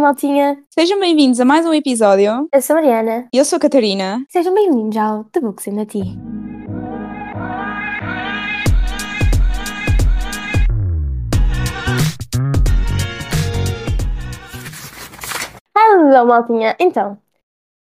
maltinha. Sejam bem-vindos a mais um episódio. Eu sou a Mariana. Eu sou a Catarina. Sejam bem-vindos ao The Books and the Tea. Alô, maltinha. Então,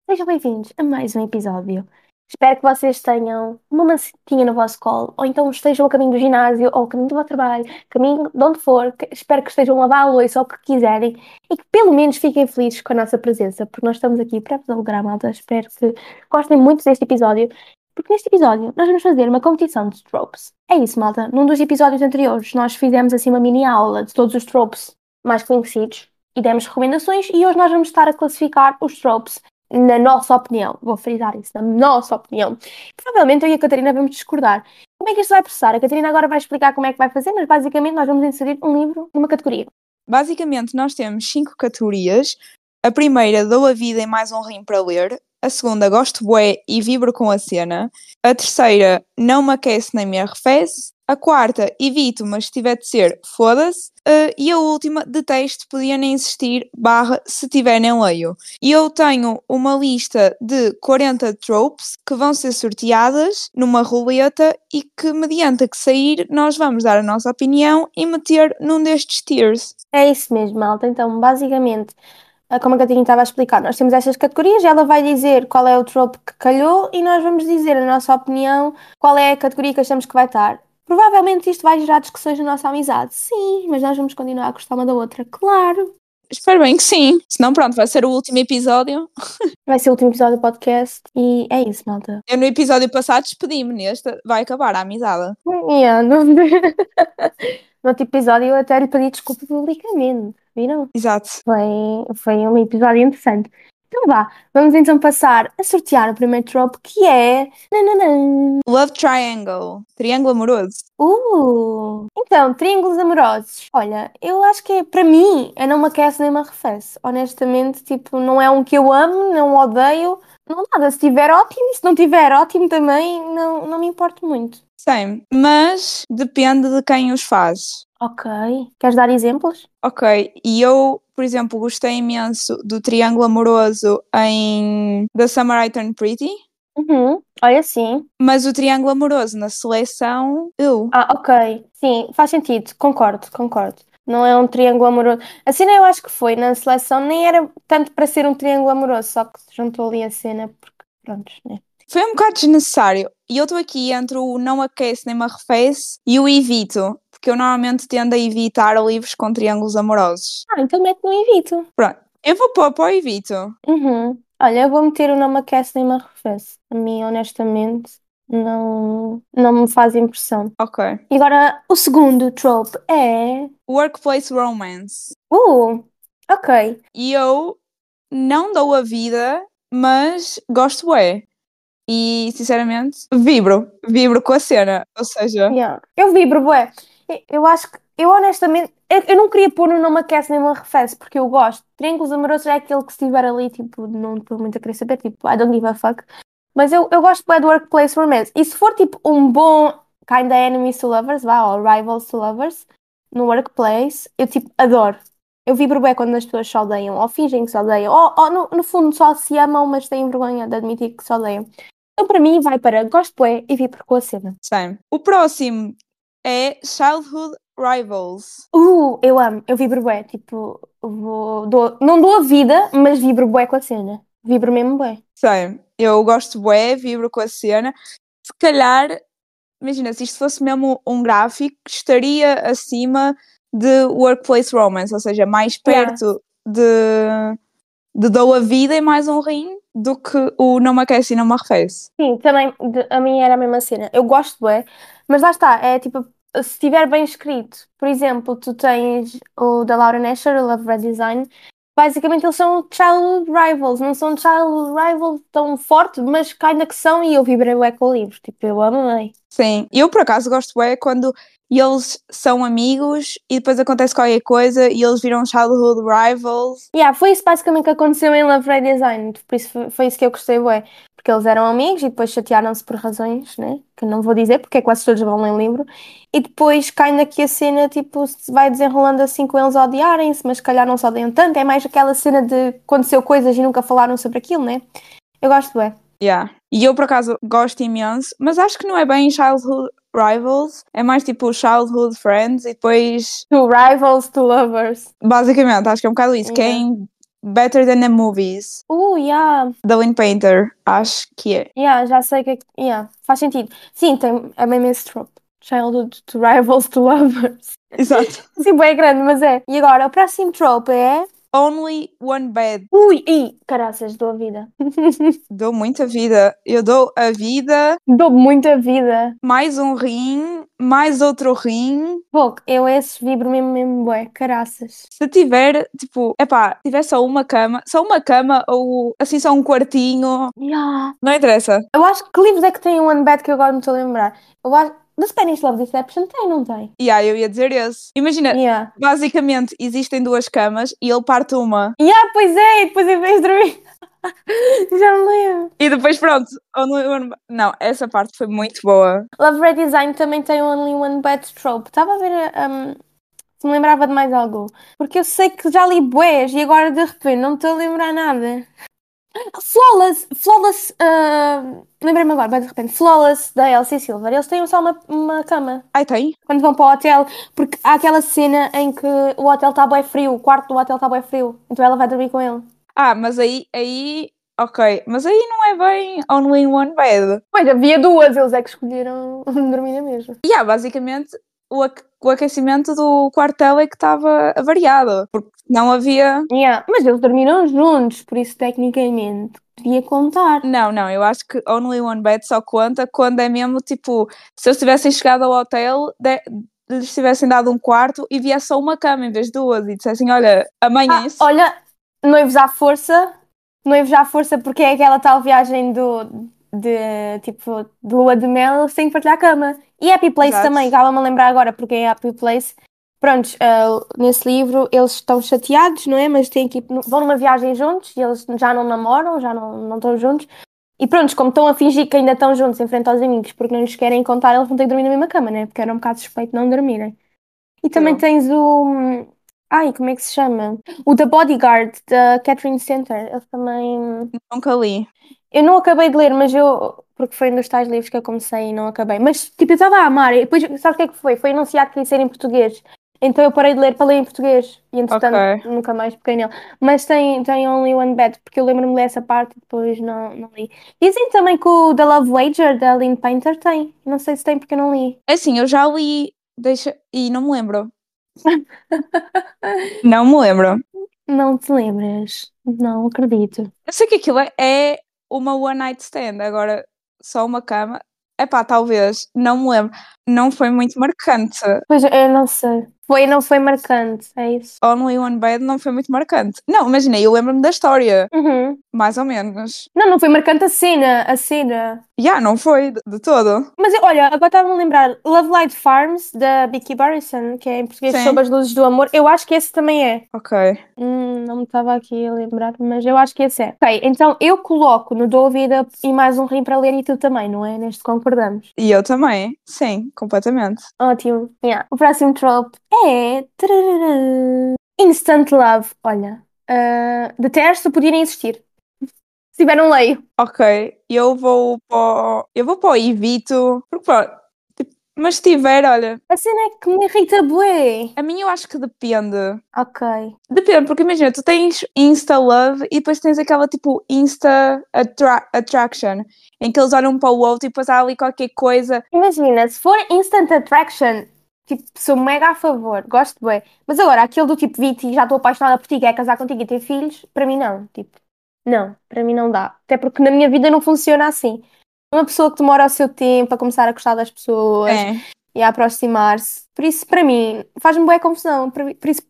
sejam bem-vindos a mais um episódio. Espero que vocês tenham uma macetinha no vosso colo, ou então estejam a caminho do ginásio, ou a caminho do vosso trabalho, caminho de onde for. que- Espero que estejam a lavar a louça ou o que quiserem e que pelo menos fiquem felizes com a nossa presença, porque nós estamos aqui para vos alegrar, malta. Espero que gostem muito deste episódio, porque neste episódio nós vamos fazer uma competição de tropes. É isso, malta. Num dos episódios anteriores nós fizemos assim uma mini aula de todos os tropes mais conhecidos e demos recomendações e hoje nós vamos estar a classificar os tropes na nossa opinião. Vou frisar isso, na nossa opinião. Provavelmente eu e a Catarina vamos discordar. Como é que isto vai processar? A Catarina agora vai explicar como é que vai fazer, mas basicamente nós vamos inserir um livro numa categoria. Basicamente, nós temos cinco categorias. A primeira, dou a vida e mais um rim para ler. A segunda, gosto bué e vibro com a cena. A terceira, não me aquece nem me arrefece. A quarta, evito, mas se tiver de ser, foda-se. Eh, e a última, detesto, podia nem existir, barra, se tiver nem leio. E eu tenho uma lista de 40 tropes que vão ser sorteadas numa roleta e que, mediante a que sair, nós vamos dar a nossa opinião e meter num destes tiers. É isso mesmo, malta. Então, basicamente, ah, como a Catarina estava a explicar, nós temos estas categorias, ela vai dizer qual é o trope que calhou e nós vamos dizer, a nossa opinião, qual é a categoria que achamos que vai estar. Provavelmente isto vai gerar discussões na nossa amizade. Sim, mas nós vamos continuar a gostar uma da outra, claro. Espero bem que sim. Senão, pronto, vai ser o último episódio. Vai ser o último episódio do podcast e é isso, malta. Eu no episódio passado despedi-me neste, vai acabar a amizade. Yeah, não... No outro episódio eu até lhe pedi desculpa publicamente, viram? Exato. Foi, foi um episódio interessante. Então vá, vamos então passar a sortear o primeiro trope que é. Nananã. Love Triangle. Triângulo amoroso. Uh! Então, triângulos amorosos. Olha, eu acho que é, para mim, eu não me aquece nem me arrefece. Honestamente, tipo, não é um que eu amo, não odeio, não nada. Se tiver ótimo, se não tiver ótimo também, não, não me importo muito. Sim. Mas depende de quem os faz. Ok. Queres dar exemplos? Ok, e eu, por exemplo, gostei imenso do Triângulo Amoroso em The Summer I Turned Pretty, Uhum. Olha, sim. mas o Triângulo Amoroso na seleção, eu. Ah, ok. Sim, faz sentido. Concordo, concordo. Não é um triângulo amoroso. A cena eu acho que foi na seleção, nem era tanto para ser um triângulo amoroso, só que se juntou ali a cena porque, prontos, né? Foi um bocado desnecessário. E eu estou aqui entre o Não Aquece Nem Me Arrefece e o Evito, porque eu normalmente tendo a evitar livros com triângulos amorosos. Ah, então mete no Evito. Eu vou pôr para o Evito. Uhum. Olha, eu vou meter o nome aquece nem me arrefece. A mim, honestamente, não, não me faz impressão. Ok. E agora, o segundo trope é. Workplace Romance. Uh, ok. E eu não dou a vida, mas gosto é. E, sinceramente, vibro. Vibro com a cena. Ou seja, Yeah. Eu vibro, bué. Eu- Eu acho que, eu honestamente, eu, eu não queria pôr no não me aquece nem me arrefece, porque eu gosto. Triângulos amorosos é aquele que se estiver ali, tipo, não estou muito a querer saber, tipo, I don't give a fuck. Mas eu, eu gosto bué do workplace romance. E se for, tipo, um bom kinda enemies to lovers, vá, ou rivals to lovers, no workplace, eu, tipo, adoro. Eu vibro bué quando as pessoas se odeiam, ou fingem que se odeiam, ou, ou no, no fundo só se amam, mas têm vergonha de admitir que se odeiam. Então, para mim, vai para gosto bué e vibro com a cena. sim. O próximo é Childhood Rivals. Uh, eu amo, eu vibro bué, tipo, vou, dou- não dou a vida, mas vibro bué com a cena. Vibro mesmo bué. Sim. Eu gosto bué, vibro com a cena. Se calhar, imagina, se isto fosse mesmo um gráfico, estaria acima de Workplace Romance. Ou seja, mais Yeah. perto de, de dou a vida e mais um rim do que o não me aquece e não me arrefece. Sim, também, de- a minha era a mesma cena. Eu gosto bué, mas lá está, é tipo, se estiver bem escrito, por exemplo, tu tens o da Laura Nasher, o Love Redesign, basicamente eles são childhood rivals, não são childhood rivals tão forte, mas ainda que são, e eu vibro bué com o livro, tipo, eu amei. Sim, eu por acaso gosto é quando eles são amigos e depois acontece qualquer coisa e eles viram childhood rivals. Yeah, foi isso basicamente que aconteceu em Love Ray Design, por isso foi, foi isso que eu gostei, bué. Porque eles eram amigos e depois chatearam-se por razões, né? Que não vou dizer, porque é quase todos vão ler livro. E depois cai aqui a cena, tipo, se vai desenrolando assim com eles a odiarem-se, mas se calhar não se odeiam tanto. É mais aquela cena de aconteceu coisas e nunca falaram sobre aquilo, né? Eu gosto, é. Yeah. E eu por acaso gosto imenso, mas acho que não é bem childhood rivals, é mais tipo childhood friends e depois To rivals, to lovers. basicamente acho que é um bocado isso. Yeah. Quem Better Than the Movies, Uh, yeah. da Lynn Painter, acho que é. Yeah, já sei que. Yeah, faz sentido. Sim, tem, é mesmo esse trope. Childhood to rivals, to lovers. Exato. Sim, bem grande, mas é. E agora, o próximo trope é. Only One Bed. Ui, e caraças, dou a vida. Dou muita vida. Eu dou a vida, dou muita vida. mais um rim, mais outro rim. Pouco, eu esse vibro mesmo, mesmo, bué, caraças. Se tiver, tipo, epá, se tiver só uma cama, só uma cama ou assim só um quartinho, Yeah. não interessa. Eu acho que livros é que tem um One Bad que eu agora me estou a lembrar. Eu acho. The Spanish Love Deception tem, não tem? E aí eu ia dizer esse. Imagina, Yeah. basicamente existem duas camas e ele parte uma. Yeah, pois é, e depois em vez de dormir. Já me lembro. E depois pronto. Only one... Não, essa parte foi muito boa. Love Redesign também tem Only One Bad Trope. Estava a ver um, se me lembrava de mais algo. Porque eu sei que já li bués e agora de repente não me estou a lembrar nada. Flawless, Flawless, ah, lembrei-me agora, bem de repente, Flawless da Elsie Silver. Eles têm só uma, uma cama Ai, tem? quando vão para o hotel, porque há aquela cena em que o hotel está bem frio, o quarto do hotel está bem frio, então ela vai dormir com ele. Ah, mas aí, aí, ok. Mas aí não é bem only in one bed. Pois, havia duas, eles é que escolheram dormir na mesma. E há basicamente o, aque- o aquecimento do quartel é que estava variado. Porque não havia. Yeah, mas eles dormiram juntos, por isso tecnicamente podia contar. Não, não, eu acho que only one bed só conta quando é mesmo tipo, se eles tivessem chegado ao hotel, de- lhes tivessem dado um quarto e viesse só uma cama em vez de duas e dissessem, olha, amanhã Ah, isso. olha, noivos à força, noivos à força, porque é aquela tal viagem do, de tipo de lua de mel, eles têm que partilhar a cama. E Happy Place Exato. também, estava-me a lembrar agora, porque é Happy Place. Prontos, ah, nesse livro eles estão chateados, não é? Mas têm que ir- vão numa viagem juntos e eles já não namoram, já não, não estão juntos. E pronto, como estão a fingir que ainda estão juntos em frente aos amigos porque não lhes querem contar, eles vão ter que dormir na mesma cama, né? Porque era um bocado suspeito não dormirem. E também True. tens o. Ai, como é que se chama? O The Bodyguard, da Catherine Center. Ele também. Nunca li. Eu não acabei de ler, mas eu. Porque foi um dos tais livros que eu comecei e não acabei. Mas, tipo, eu estava a amar. E depois, sabe o que é que foi? Foi anunciado que ia ser em português. Então eu parei de ler para ler em português. E, entretanto, nunca mais peguei nele. Mas tem, tem Only One Bed, porque eu lembro-me dessa parte e depois não, não li. Dizem também que o The Love Wager, da Lynn Painter, tem. Não sei se tem, porque eu não li. É Assim, eu já li, deixa, e não me lembro. Não me lembro. Não te lembras? Não acredito. Eu sei que aquilo é, é uma one night stand, agora só uma cama. Epá, talvez, não me lembro. Não foi muito marcante. Pois eu não sei. Foi, não foi marcante, é isso. Only One Bed não foi muito marcante. Não, imagina, eu lembro-me da história, Uhum. mais ou menos. Não, não foi marcante a cena, a cena. Já, não foi de, de todo. Mas eu- olha, agora estava-me a lembrar Love Light Farms, da Vicky Barrison, que é em português Sim. Sob as Luzes do Amor. Eu acho que esse também é. Ok. Hum, não me estava aqui a lembrar, mas eu acho que esse é. Ok, então eu coloco no Dou Vida e mais um rim para ler e tu também, não é? Neste concordamos. E eu também. Sim, completamente. Ótimo. Yeah. O próximo trope é. tararara, Instant love. Olha. ah, detesto poder existir. Se tiver, não leio. Ok, eu vou para Eu vou para o Evito. Porque, pronto, tipo, mas se tiver, olha. A cena é que me irrita bué. A mim eu acho que depende. Ok. Depende, porque imagina, tu tens Insta Love e depois tens aquela tipo Insta attra- Attraction, em que eles olham para o outro e depois há ali qualquer coisa. Imagina, se for instant attraction, tipo, sou mega a favor, gosto bué. Mas agora, aquele do tipo Viti, já estou apaixonada por ti, quer casar contigo e ter filhos, para mim não. Tipo, não, para mim não dá. Até porque na minha vida não funciona assim. Uma pessoa que demora o seu tempo a começar a gostar das pessoas. É. e a aproximar-se. Por isso, para mim, faz-me boa confusão. Por, por isso,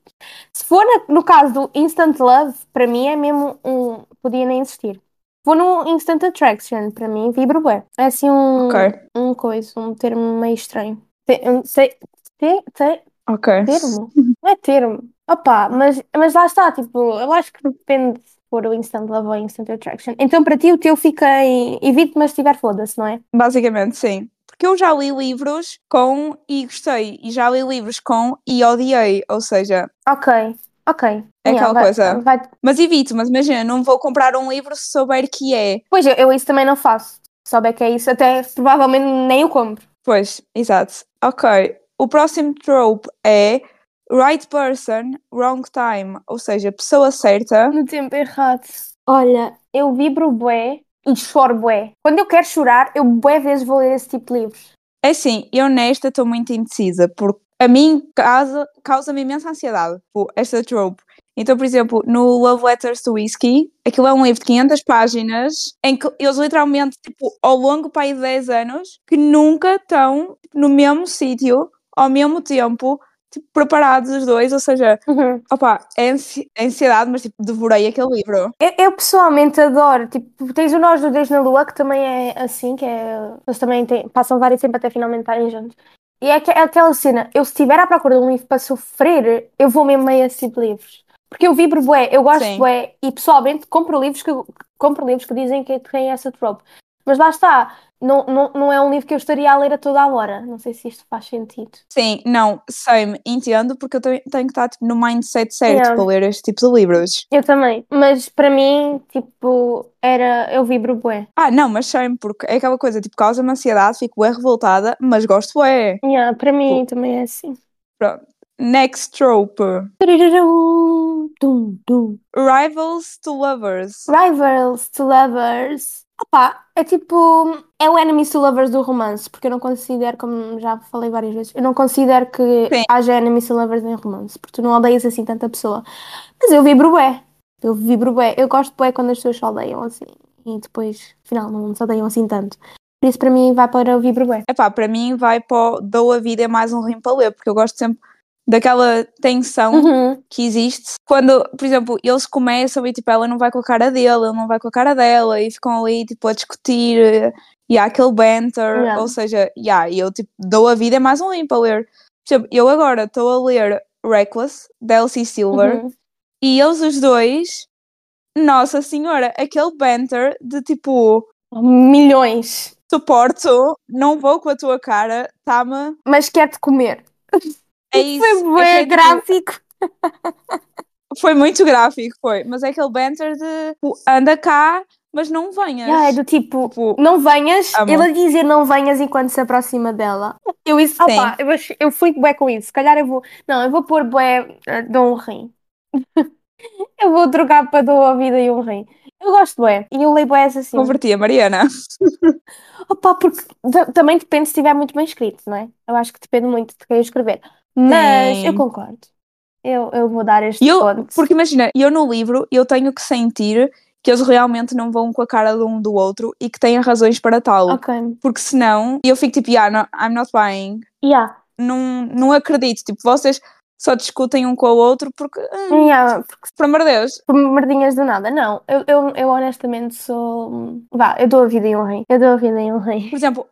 se for na- no caso do instant love, para mim é mesmo um. Podia nem existir. Vou no Instant Attraction, para mim, vibro bué. É assim um, Ok. um coisa, um termo meio estranho. Te, um, sei- te, te- Ok. termo? Não é termo. Opa, mas, mas lá está, tipo, eu acho que depende se for o Instant Love ou Instant Attraction. Então para ti o teu fica em evite, mas se tiver foda-se, não é? Basicamente, sim. Porque eu já li livros com e gostei, e já li livros com e odiei, ou seja, Ok, ok. É aquela vai- coisa. vai- mas evito, mas imagina, não vou comprar um livro se souber que é. Pois eu, eu isso também não faço. Se souber que é isso, até provavelmente nem o compro. Pois, exato. Ok. O próximo trope é right person, wrong time, ou seja, pessoa certa. No tempo errado. Olha, eu vibro bué e choro bué. Quando eu quero chorar, eu bué vezes vou ler esse tipo de livros. É assim, eu nesta estou muito indecisa, porque a mim causa- causa-me imensa ansiedade, tipo, esta trope. Então, por exemplo, no Love Letters to Whiskey, aquilo é um livro de 500 páginas, em que eles literalmente, tipo, ao longo para aí de 10 anos, que nunca estão no mesmo sítio, ao mesmo tempo, tipo, preparados os dois, ou seja, Uhum. opa, é ansi- é ansiedade, mas tipo, devorei aquele livro. Eu, eu pessoalmente adoro, tipo, tens o Nós dos Deus na Lua, que também é assim, que é. Eles também têm- passam vários tempo até finalmente estarem juntos. E é, aque- é aquela cena, eu se estiver à procura de um livro para sofrer, eu vou mesmo a esse tipo de livros. Porque eu vibro bué, eu gosto Sim. bué, e pessoalmente compro livros que, compro livros que dizem que têm essa trope. Mas lá está, não, não, não é um livro que eu estaria a ler a toda a hora. Não sei se isto faz sentido. Sim, não, same, entendo, porque eu tenho, tenho que estar, tipo, no mindset certo Yeah. para ler este tipo de livros. Eu também, mas para mim, tipo, era. Eu vibro bué. Ah, não, mas sei porque é aquela coisa, tipo, causa-me ansiedade, fico bem revoltada, mas gosto é. Yeah, para mim também é assim. Next trope. Turururum, Dum, dum. Rivals to lovers. Rivals to lovers. Opá, é tipo. É o enemies to lovers do romance, porque eu não considero, como já falei várias vezes, eu não considero que Sim. haja enemies to lovers em romance, porque tu não odeias assim tanta pessoa. Mas eu vibro bué. Eu vibro bué. Eu gosto bué quando as pessoas se odeiam assim. E depois, afinal, não se odeiam assim tanto. Por isso, para mim, vai para o vibro bué. Epá, para mim vai para o dou a vida é mais um rim para ler, porque eu gosto sempre daquela tensão Uhum. que existe. Quando, por exemplo, eles começam e tipo, ela não vai com a cara dele, ele não vai com a cara dela, e ficam ali tipo a discutir, eh, e há aquele banter, Yeah. ou seja, yeah, e eu tipo, dou a vida é mais um rim para ler. Por exemplo, eu agora estou a ler Reckless, da Elsie Silver, uhum. E eles os dois, Nossa Senhora, aquele banter de tipo, Milhões. suporto, não vou com a tua cara, tá-me. Mas quer-te comer. É isso. Foi é bué que é, tipo, gráfico. foi muito gráfico, foi. Mas é aquele banter de tipo, anda cá, mas não venhas. Ah, é do tipo, Tipo, não venhas, Amo. ele a dizer não venhas enquanto se aproxima dela. Eu isso, Sim. opa, eu, acho- eu fui bué com isso. Se calhar eu vou, não, eu vou pôr bué, eh, dou um rim. eu vou trocar para dou a vida e um rim. Eu gosto bué, e eu leio bué essa assim. converti a Mariana. Opa, porque t- também depende se estiver muito bem escrito, não é? Eu acho que depende muito de quem escrever. Mas Sim. eu concordo. Eu, eu vou dar este E eu, ponto. porque imagina, eu no livro, eu tenho que sentir que eles realmente não vão com a cara de um do outro e que têm razões para tal. Ok. Porque senão, eu fico tipo, yeah, no, I'm not buying. Yeah. não, não acredito. Tipo, vocês só discutem um com o outro porque, ah, Yeah. por amor de Deus, por merdinhas do nada. Não, eu, eu, eu honestamente sou. Vá, eu dou a vida em um rei. Eu dou a vida em um rei. por exemplo,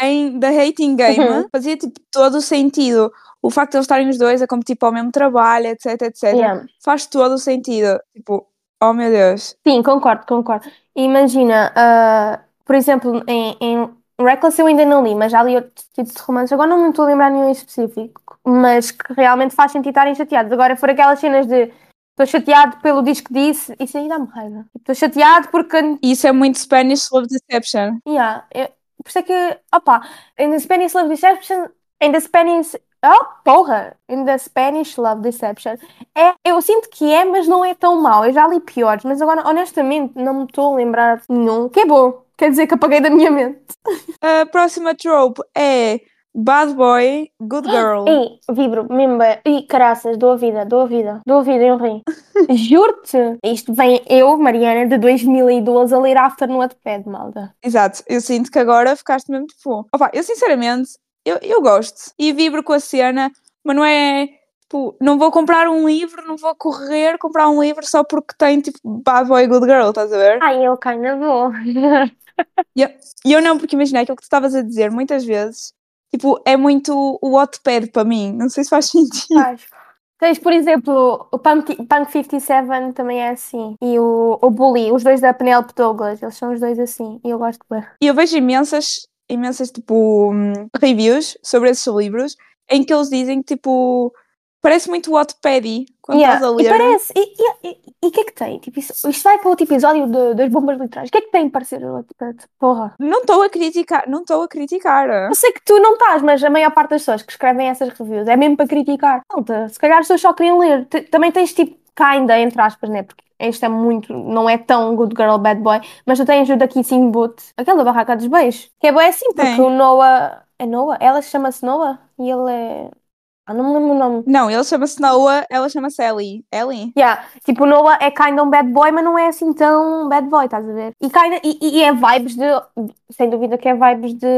em The Hating Game Uhum. fazia tipo, todo o sentido. O facto de eles estarem os dois a competir para o mesmo trabalho, etc, etc, Yeah. faz todo o sentido. Tipo, oh meu Deus. Sim, concordo, concordo. Imagina, ah, por exemplo, em, em Reckless eu ainda não li, mas já li outros tipos de romances. Agora não me estou a lembrar nenhum em específico, mas que realmente faz sentido estarem chateados. Agora, foram aquelas cenas de. Estou chateado pelo disco que disse, isso aí dá-me raiva. Estou chateado porque E isso é muito Spanish Love Deception. Yeah, eu, por isso é que, opa, in the Spanish Love Deception, in the Spanish, oh, porra, in the Spanish Love Deception, é, eu sinto que é, mas não é tão mau, eu já li piores, mas agora, honestamente, não me estou a lembrar de nenhum, que é bom, quer dizer que apaguei da minha mente. A próxima trope é Bad Boy, Good Girl. Ei, vibro, memba, e caraças, dou a vida, dou a vida, dou a vida, eu ri. Juro-te, isto vem eu, Mariana, de 2012, a ler After no Wattpad, malda. Exato, eu sinto que agora ficaste mesmo tipo. Opa, eu sinceramente, eu, eu gosto e vibro com a cena, mas não é tipo, não vou comprar um livro, não vou correr comprar um livro só porque tem, tipo, Bad Boy Good Girl, estás a ver? Ai, eu kinda vou. E eu não, porque imagina aquilo que tu estavas a dizer muitas vezes, tipo, é muito o Wattpad para mim, não sei se faz sentido. Faz. Tens, por exemplo, o Punk, Punk 57 também é assim. E o, o Bully, os dois da Penelope Douglas. Eles são os dois assim. E eu gosto de ler. E eu vejo imensas, imensas, tipo, hum, reviews sobre esses livros em que eles dizem que, tipo, parece muito o Wattpad quando Yeah. estás a E ler. parece. E e- e- e o que é que tem? Tipo, isso, isto vai para outro episódio de- das bombas literárias. O que é que tem para ser o Wattpad? Porra. Não estou a criticar, não estou a criticar. Eu sei que tu não estás, mas a maior parte das pessoas que escrevem essas reviews é mesmo para criticar. Malta, se calhar as pessoas só queriam ler. T- também tens tipo, kinda, entre aspas, né? Porque este é muito, não é tão good girl, bad boy. Mas tu tens o da Kissing Boot, aquela barraca dos beijos. Que é bom assim, porque Tem. o Noah. É Noah? Ela chama-se Noah e ele é. Ah, não me lembro o nome. Não, ele chama-se Noah, ela chama-se Ellie. Ellie? Yeah, tipo, o Noah é kinda um bad boy, mas não é assim tão bad boy, estás a ver? E, kinda, e, e- e é vibes de. Sem dúvida que é vibes de.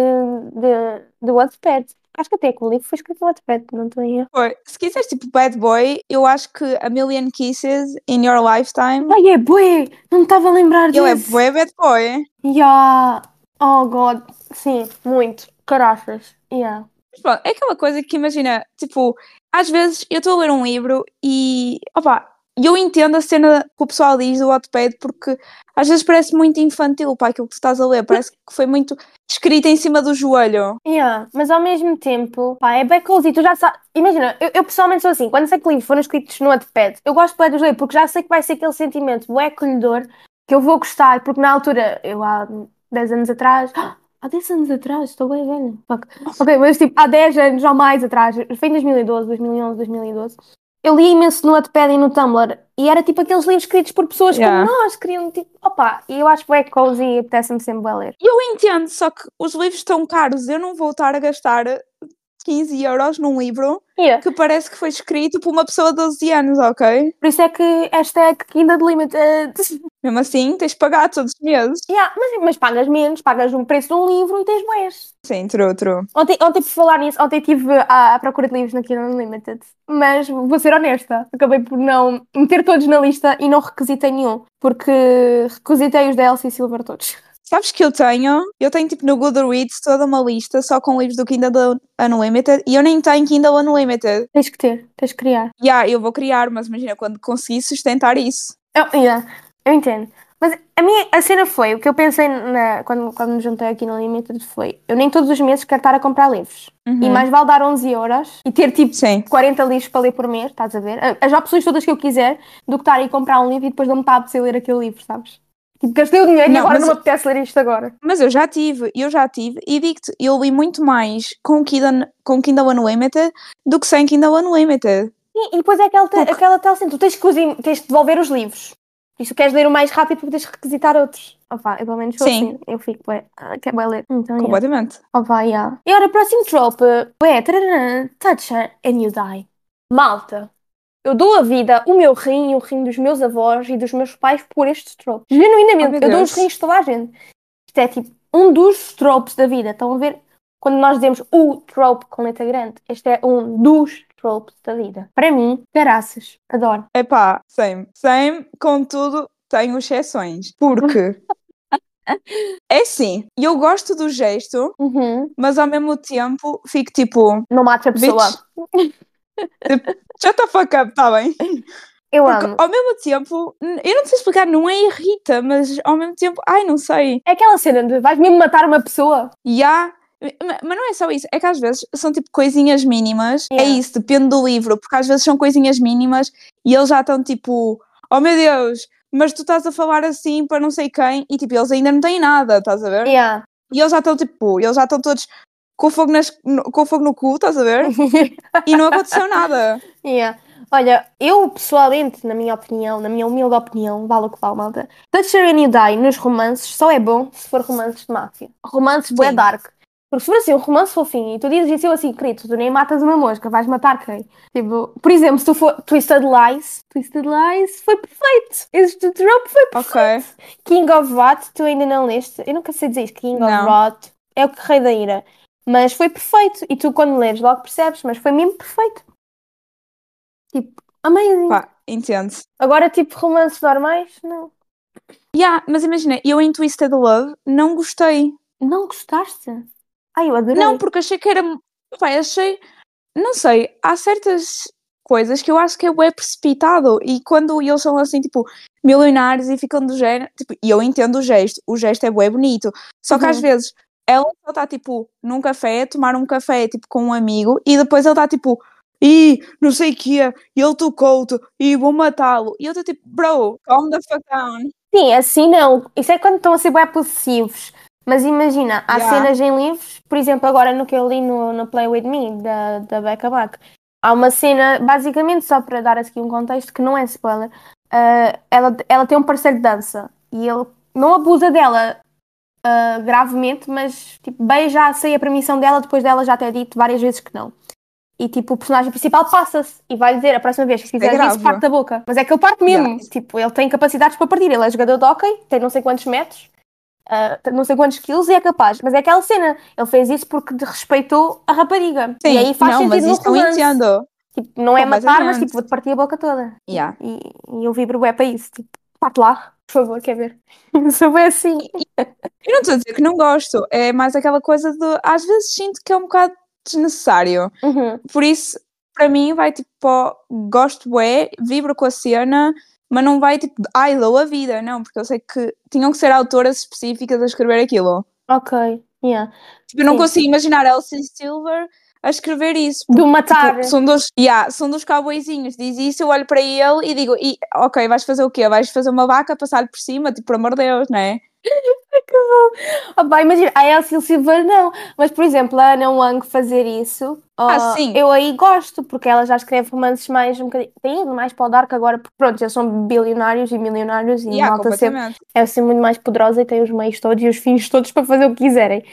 de, de Wattpad. Acho que até que o livro foi escrito no Wattpad, não estou em erro. Foi. Se quiseres, tipo, Bad Boy, eu acho que A Million Kisses in Your Lifetime, Ai, é bué! Não me estava a lembrar ele é disso. bué Bad Boy. Yeah. Oh, God. Sim, muito. Caraças. Yeah. Mas pronto, é aquela coisa que imagina, tipo, às vezes eu estou a ler um livro e, opa, eu entendo a cena que o pessoal diz do Wattpad porque às vezes parece muito infantil para aquilo que tu estás a ler, parece que foi muito escrito em cima do joelho. Yeah. Mas ao mesmo tempo, pá, é bem cozy. Tu já sabes. Imagina, eu, eu pessoalmente sou assim. Quando sei que livros foram escritos no Wattpad, eu gosto bué é de os ler porque já sei que vai ser aquele sentimento bué acolhedor que eu vou gostar. Porque na altura, eu há 10 anos atrás. Há 10 anos atrás, estou bem velha. Fuck. Ok, mas tipo, há 10 anos ou mais atrás, foi em 2012, 2011, 2012. Eu li imenso no Wattpad e no Tumblr e era tipo aqueles livros escritos por pessoas Yeah. como nós, queriam tipo, opa, e eu acho que é cozy e apetece-me sempre a ler. E Eu entendo, só que os livros estão caros, eu não vou estar a gastar 15 euros num livro que parece que foi escrito por uma pessoa de 12 anos, ok? Por isso é que hashtag Kindle Limited. Mesmo assim, tens de pagar todos os meses. Yeah, mas, mas pagas menos, pagas um preço de um livro e tens boés. Sim, true, true. Ontem, ontem, por falar nisso, ontem estive à, à procura de livros na Kindle Unlimited, mas vou ser honesta, acabei por não meter todos na lista e não requisitei nenhum, porque requisitei os da Elsie Silver todos. Sabes que eu tenho, eu tenho tipo no Goodreads toda uma lista só com livros do Kindle Unlimited e eu nem tenho Kindle Unlimited. Tens que ter, tens que criar. Yeah, eu vou criar, mas imagina quando conseguir sustentar isso. Eu, yeah, eu entendo. Mas a minha a cena foi, o que eu pensei na- quando, quando me juntei aqui no Unlimited foi, eu nem todos os meses quero estar a comprar livros. E mais vale dar 11 euros e ter tipo Sim. 40 livros para ler por mês, estás a ver? A- As opções todas que eu quiser, do que estar a ir comprar um livro e depois não me está a apetecer ler aquele livro, sabes? Tipo, gastei o dinheiro e Não, agora mas- não me apetece ler isto agora. Mas eu já tive, eu já tive, e digo-te, eu li muito mais com Kindle, com Kindle Unlimited do que sem Kindle Unlimited. E, e depois é aquela, te- Porque- aquela tal assim, tu tens que, os em- tens que devolver os livros. E se tu queres ler o mais rápido porque tens que requisitar outros. Opa, eu pelo menos sou Sim. assim. Eu fico, ué, ah, quero bué ler. Então, yeah. Completamente. Opa, yeah. E ora, próximo trope é tararã, touch her and you die. Malta, eu dou a vida, o meu rim e o rim dos meus avós e dos meus pais por este trope. Oh, Genuinamente, meu eu dou os Deus. rins de toda a gente. Isto é tipo um dos tropes da vida. Estão a ver? Quando nós dizemos o trope com letra grande, este é um dos tropes da vida. Para mim, caraças, adoro. Epá, same. Same, contudo, tenho exceções. Porque. é assim, eu gosto do gesto, Uhum. mas ao mesmo tempo fico tipo, Não mate a pessoa. Bitch. Tipo, shut the fuck up, tá bem? Eu Porque amo. ao mesmo tempo, n- eu não sei explicar, não é irrita, mas ao mesmo tempo, ai, não sei. É aquela cena de vais mesmo matar uma pessoa? E há- ma- Mas não é só isso, é que às vezes são tipo coisinhas mínimas, é Yeah. isso, depende do livro, porque às vezes são coisinhas mínimas e eles já estão tipo, oh meu Deus, mas tu estás a falar assim para não sei quem, e tipo, eles ainda não têm nada, estás a ver? Yeah. E eles já estão tipo, eles já estão todos com fogo, nas, no, com fogo no cu, estás a ver? E não aconteceu nada. Yeah. Olha, eu pessoalmente, na minha opinião, na minha humilde opinião, vale o que vale, malta. Toucher and You Die nos romances só é bom se for romances de máfia. Romances bué Sim. dark. Porque se for assim, um romance fofinho e tu dizes isso eu assim, querido, tu nem matas uma mosca, vais matar quem? Tipo, por exemplo, se tu for Twisted Lies, Twisted Lies foi perfeito. Este trope foi perfeito. Ok. King of Rot, tu ainda não leste? Eu nunca sei dizer isto. King of Não. Rot é o que Rei da Ira. Mas foi perfeito. E tu, quando leres, logo percebes, mas foi mesmo perfeito. Tipo, amazing. Pá, entende-se. Agora, tipo, romances normais? Não. Yeah, mas imagina, eu em Twisted Love não gostei. Não gostaste? Ai, eu adorei. Não, porque achei que era. Pai, achei. Não sei, há certas coisas que eu acho que é bué precipitado e quando eles são assim, tipo, milionários e ficam do género. Tipo, e eu entendo o gesto, o gesto é bué bonito. Só que às Uhum. vezes ela só está, tipo, num café, a tomar um café, tipo, com um amigo e depois ele está, tipo. E não sei o que é, ele tocou-te, e vou matá-lo. E eu estou tipo, bro, calm the fuck down. Sim, assim não. Isso é quando estão a ser bem possessivos. Mas imagina, há Yeah. cenas em livros, por exemplo, agora no que eu li no, no Play With Me, da, da Becca Black, há uma cena, basicamente, só para dar aqui um contexto, que não é spoiler, ah, ela, ela tem um parceiro de dança e ele não abusa dela ah, gravemente, mas tipo, bem já sei a permissão dela depois dela já ter dito várias vezes que não. E tipo, o personagem principal passa-se e vai dizer a próxima vez que fizeres grave. isso, parte da boca. Mas é que ele parte mesmo. Yeah. Tipo, ele tem capacidades para partir. Ele é jogador de hockey, tem não sei quantos metros, ah, tem não sei quantos quilos e é capaz. Mas é aquela cena. Ele fez isso porque de- respeitou a rapariga. e aí faz não, mas sentido no isso eu romance. entendo. Tipo, não é matar, mas Completamente. tipo, vou-te partir a boca toda. Yeah. E, e eu vibro bué para isso. Tipo, parte lá, por favor, quer ver? Sou bem assim. Eu não estou a dizer que não gosto, é mais aquela coisa de. Às vezes sinto que é um bocado desnecessário. Uhum. Por isso, para mim, vai tipo, ó, gosto bué, vibro com a cena, mas não vai tipo, ai, dou a vida, não, porque eu sei que tinham que ser autoras específicas a escrever aquilo. Ok. Yeah. Tipo, eu não Sim. consigo imaginar Elsie Silver a escrever isso. Do Tipo, matar. são dos, yeah, são dos cowboyzinhos, diz isso, eu olho para ele e digo, e, ok, vais fazer o quê? Vais fazer uma vaca passar por cima? Tipo, por amor de Deus, não é? Ah, pá, imagina, a Elsie Silver não, mas por exemplo, a Ana Wang fazer isso, Ah, oh, sim. eu aí gosto, porque ela já escreve romances mais um bocadinho, tem ido mais para o dark agora, porque pronto, já são bilionários e milionários e Yeah, malta sempre completamente. é ser muito mais poderosa e tem os meios todos e os fins todos para fazer o que quiserem.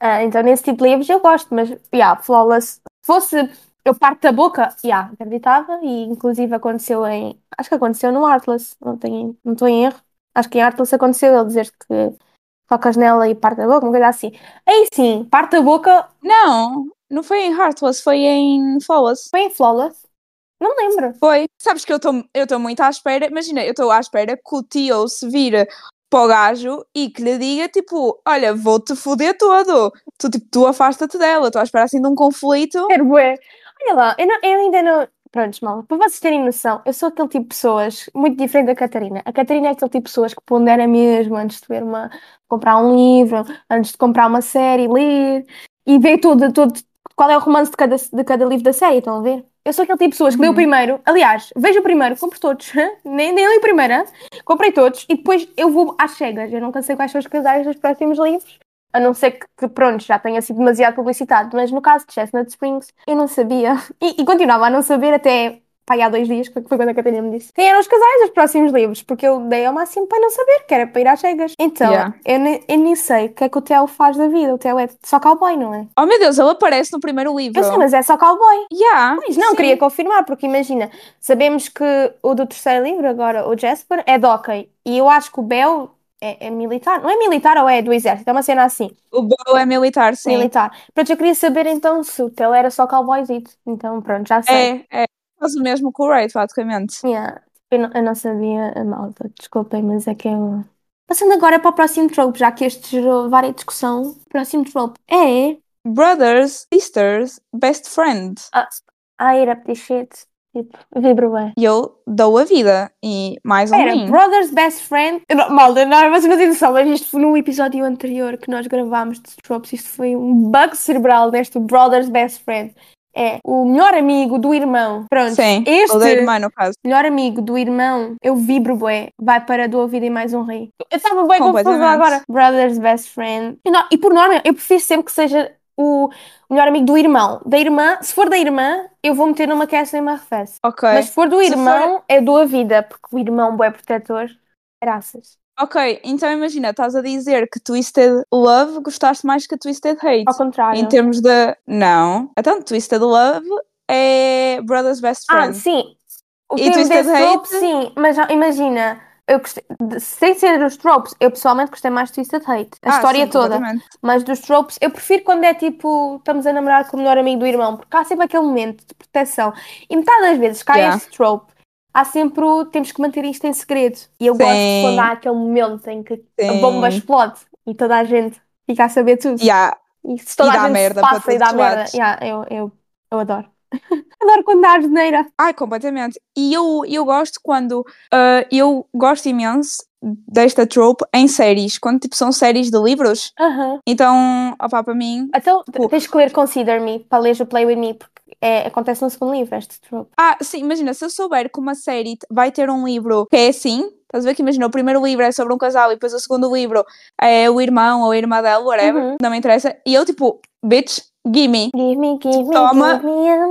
Ah, então nesse tipo de livros eu gosto, mas yeah, Flawless, se fosse eu parto da boca, yeah, acreditava e inclusive aconteceu em, acho que aconteceu no Artless, não tenho, não estou em erro, acho que em Artless aconteceu ele dizer que focas nela e parte da boca, uma coisa assim. Aí sim, parte da boca Não, não foi em Heartless, foi em Flawless. foi em Flawless, não me lembro. Foi. Sabes que eu estou eu tô muito à espera, imagina, eu estou à espera que o tio se vira para o gajo e que lhe diga, tipo, olha, vou-te foder todo. Tu, tipo, tu afasta-te dela, estou à espera assim de um conflito. Quero bué. Olha lá, eu, não- eu ainda não. Prontos, mal, para vocês terem noção, eu sou aquele tipo de pessoas muito diferente da Catarina. A Catarina é aquele tipo de pessoas que pondera mesmo antes de ver uma, comprar um livro, antes de comprar uma série, ler e ver tudo, tudo qual é o romance de cada, de cada livro da série, estão a ver? Eu sou aquele tipo de pessoas que lê o Uhum. primeiro, aliás, vejo o primeiro, compro todos, nem, nem li o primeiro, hã? comprei todos e depois eu vou às cegas. Eu nunca sei quais são os casais dos próximos livros. A não ser que, que, pronto, já tenha sido demasiado publicitado. Mas no caso de Chestnut Springs, eu não sabia. E, e continuava a não saber até pá, aí há dois dias, que foi quando a Catarina me disse. Quem eram os casais dos próximos livros? Porque eu dei ao máximo para não saber, que era para ir às cegas. Então, Yeah. eu, ne- eu nem sei o que é que o Theo faz da vida. O Theo é só cowboy, não é? Oh meu Deus, ele aparece no primeiro livro. Eu sei, mas é só cowboy. Yeah, Pois não, sim. queria confirmar, porque imagina, sabemos que o do terceiro livro, agora, o Jasper, é de hockey. E eu acho que o Bell é, é militar. Não é militar ou é do exército? É uma cena assim, O Bo é militar, sim. militar. Pronto, eu queria saber então se o Tel era só cowboyzito. Então, pronto, já sei. É, é. Faz o mesmo que o Raid, praticamente. Yeah. Eu, não, eu não sabia a malta, desculpem, mas é que eu... Passando agora para o próximo trope, já que este gerou várias discussão. Próximo trope é... Brothers, sisters, best friend. Ah, era shit. Tipo, vibro bem. E eu dou a vida. E mais um Era rim. Brothers Best Friend. Eu não- Malda, não, vocês não têm noção, mas isto foi num episódio anterior que nós gravámos de Tropes. Isto foi um bug cerebral deste Brothers Best Friend. É o melhor amigo do irmão. Pronto. Sim, Este o da irmã, no caso. melhor amigo do irmão, eu vibro bué. Vai para do ouvido e mais um rei. Eu estava bem confusa Completamente. agora. Brothers Best Friend. E, não- e por norma, eu prefiro sempre que seja o melhor amigo do irmão. Da irmã, se for da irmã, eu vou meter numa cast e me arrefece. Ok. Mas se for do Se irmão, é do a vida, porque o irmão é protetor. Graças. Ok, então imagina, estás a dizer que Twisted Love gostaste mais que Twisted Hate. Ao contrário. Em termos de. Não. Então, Twisted Love é Brothers Best ah, Friend. sim. O E termo Twisted desse Hate? trope, sim. Mas ah, imagina, Eu gostei, de- sem ser dos tropes, eu pessoalmente gostei mais de Twisted Hate. A Ah, história sim, toda. completamente. Mas dos tropes, eu prefiro quando é tipo, estamos a namorar com o melhor amigo do irmão, porque há sempre aquele momento de proteção. E metade das vezes cai Yeah. esse trope. Há sempre o temos que manter isto em segredo. E eu gosto Sim. quando há aquele momento em que a Sim. bomba explode e toda a gente fica a saber tudo. Yeah, E se toda E a dá gente se merda para passa e todos dá os merda. lados. Yeah, eu, eu, eu adoro. adoro quando dá asneira. Ai, completamente. E eu, eu gosto quando. ah, eu gosto imenso desta trope em séries, quando tipo, são séries de livros. Aham. Então, opá, para mim. Então, Tipo- tens que ler Consider Me para ler o Play With Me, porque é- acontece no segundo livro este trope. Ah, sim, imagina, se eu souber que uma série t- vai ter um livro que é assim, estás a ver que imagina, o primeiro livro é sobre um casal e depois o segundo livro é o irmão ou a irmã dela, whatever, Uhum. não me interessa. E eu, tipo, bitch, gimme. Give me, give me, Toma. give me a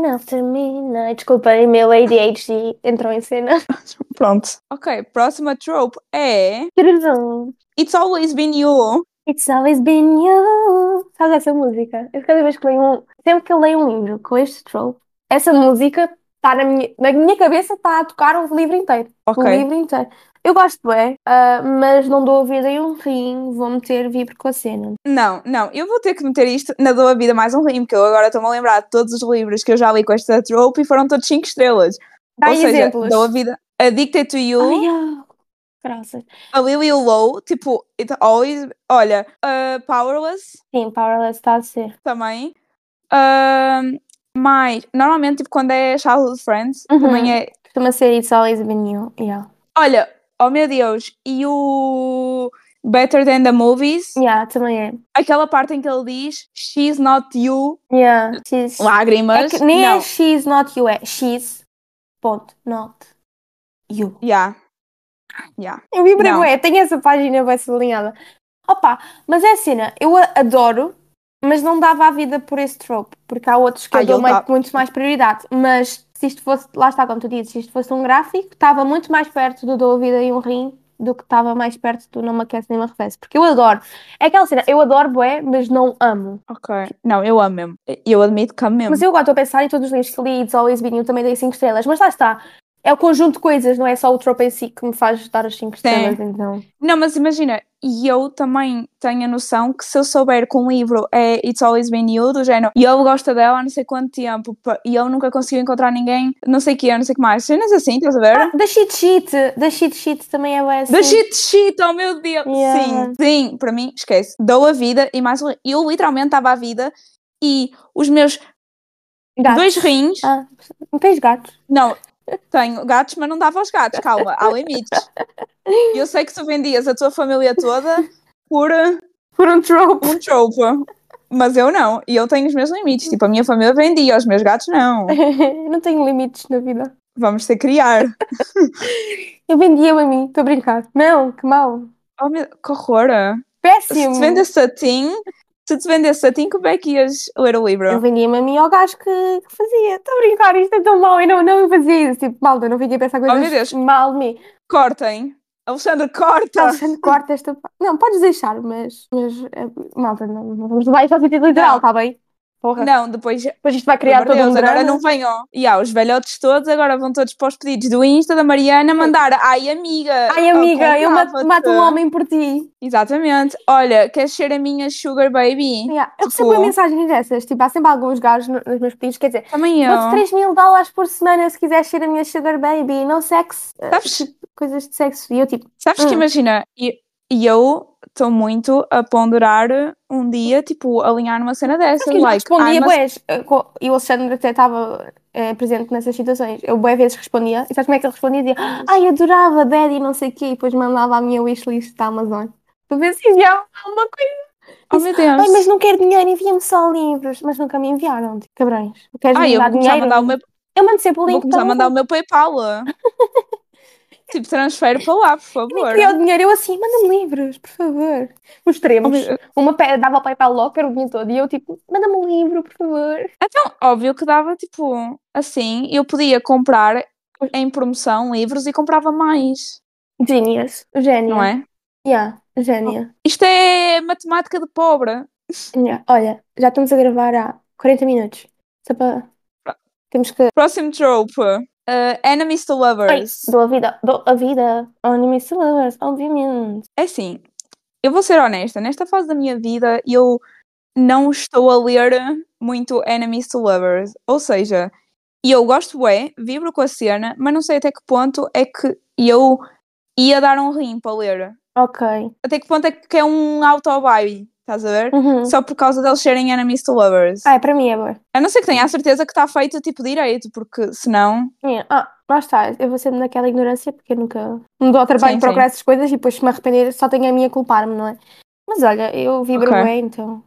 man after midnight. Desculpem, meu ADHD entrou em cena. Pronto. Ok, próxima trope é. Tudum. It's always been you. um. It's always been you. Sabes essa música? Eu cada vez que leio um. Sempre que eu leio um livro com este trope, essa música está na minha, na minha cabeça, está a tocar o livro inteiro. Ok. O livro inteiro. Eu gosto bem, ah, mas não dou ouvido em um rim, vou meter vibro com a cena. Não, não, eu vou ter que meter isto na Doa Vida mais um rimo, que eu agora estou-me a lembrar de todos os livros que eu já li com esta trope e foram todos 5 estrelas. Dá Ou seja, exemplos. Doa Vida, Addicted to You, Ai, ah, graças. A Lily Low, tipo, It Always, olha, uh, Powerless Sim, Powerless está a ser. também. Um, mais, normalmente, tipo, quando é Childhood Friends, Uhum. também é. Costuma ser It's Always Been You. Yeah. Olha, oh meu Deus, e o Better Than the Movies, Yeah, também é. aquela parte em que ele diz She's Not You, Yeah. She's... É lágrimas. que nem não. é she's not you, é she's ponto, not you. Yeah. Yeah. Eu vi Não. bué, tenho essa página bem sublinhada. Opa, mas é a cena, eu a adoro, mas não dava a vida por esse trope, porque há outros que Ah, eu dou eu mai- dava. muito mais prioridade. Mas se isto fosse, lá está, como tu dizes, se isto fosse um gráfico, estava muito mais perto do Dou a Vida e um Rim do que estava mais perto do Não Me Aquece Nem Me Arrefece. Porque eu adoro. É aquela cena, eu adoro bué, mas não amo. Ok. Não, eu amo mesmo. Eu admito que amo mesmo. Mas eu agora estou a pensar em todos os livros que li, It's Always Been You, também dei 5 estrelas, mas lá está. É o conjunto de coisas, não é só o trope em si que me faz dar as 5 estrelas, então. Não, mas imagina, e eu também tenho a noção que se eu souber que um livro é It's Always Been You, do género, e ele gosta dela há não sei quanto tempo, pa- e eu nunca consegui encontrar ninguém, não sei o que, não sei o que mais. Cenas assim, estás a ver? Ah, da Cheat Sheet, da Cheat Sheet também é bem assim. The shit shit, oh meu Deus! Yeah. Sim, sim, para mim, esquece. Dou a vida e mais um. rim. Eu literalmente estava à vida e os meus Gatos. dois rins. Ah, não tens gatos? Não, tenho gatos, mas não dava aos gatos, calma, há limites. Eu sei que tu vendias a tua família toda por uh, Por um trope. um trope, mas eu não, e eu tenho os meus limites. Tipo, a minha família vendia, os meus gatos não. não tenho limites na vida. Vamos ter que criar. Eu vendia-me a mim, estou a brincar. Não, que mau. Oh meu, que horror! Se Péssimo. te vendesse a ti, se te vendesse a ti, como é que ias ler o Eu livro? vendia-me a mim ao gajo que, que fazia. Estou a brincar, isto é tão mau. Eu não, não eu fazia isso. Tipo, malda, não vendia para essa coisa. Oh, meu Deus. Mal-me. Cortem! Alexandre, Tá. corta! Alexandre, corta esta parte. Não, podes deixar, mas, mas eh, malta, não, não vamos levar isto ao sentido literal, Não. está bem? Porra. Não, depois Depois isto vai Pelo criar amor de todo um Deus, agora drama. não venham. E há os velhotes todos, agora vão todos para os pedidos do Insta da Mariana mandar. Ai, amiga. Ai, amiga, eu mato, comprava-te." mato um homem por ti. Exatamente. Olha, queres ser a minha Sugar Baby? Yeah, Eu recebo Tipo- mensagens dessas. Tipo, há sempre alguns gajos no- nos meus pedidos. Quer dizer, Também eu. dou-te 3 mil dólares por semana se quiseres ser a minha sugar baby. Não sexo. eh, Sabes, Coisas de sexo. E eu, tipo, sabes que Hum. imagina, e e eu estou muito a ponderar um dia, tipo, alinhar numa cena sabes dessa. que eu já like, respondia I'm a- bués. eh, co- E o Alexandre até estava eh, presente nessas situações. Eu bué vezes respondia. E sabes como é que ele respondia? Dizia, ai, adorava daddy, não sei o quê. E depois mandava a minha wishlist da Amazon. Tu vês assim, já há uma coisa. Oh, meu Deus. Ai, mas não quero dinheiro, envia-me só livros. Mas nunca me enviaram, tipo, cabrões. Queres Ai, me eu dar vou começar a dinheiro? então mandar o meu, Eu mando sempre o link vou começar a para mandar o meu PayPal. tipo, transfere para lá, por Nem favor. queria o dinheiro, eu assim, manda-me livros, por favor. Oh, Mostremos. meu- Uma pe- dava ao PayPal logo, era o dinheiro todo, e eu tipo, manda-me um livro, por favor. Então, óbvio que dava tipo assim, eu podia comprar em promoção livros e comprava mais, Genius. Gênia. não é? Yeah, gênia. Isto é matemática de pobre. Yeah. Olha, já estamos a gravar há 40 minutos. Só para. Temos que. Próximo trope. Ah, enemies to Ai, lovers. dou a vida, dou a vida ao anime Lovers, obviamente. É assim, eu vou ser honesta, nesta fase da minha vida eu não estou a ler muito enemies to lovers, ou seja, eu gosto bué, vibro com a cena, mas não sei até que ponto é que eu ia dar um rim para ler. Ok. Até que ponto é que é um auto-vibe, estás a ver? Uhum. Só por causa deles serem enemies to lovers. Ah, é para mim é boa. A não ser que tenha a certeza que está feito tipo direito, porque senão... É, Ah, lá está. Eu vou sempre naquela ignorância porque eu nunca me dou ao trabalho Sim, de procurar essas coisas e depois se me arrepender só tenho a minha a culpar-me, não é? Mas olha, eu vibro Ok. bem, então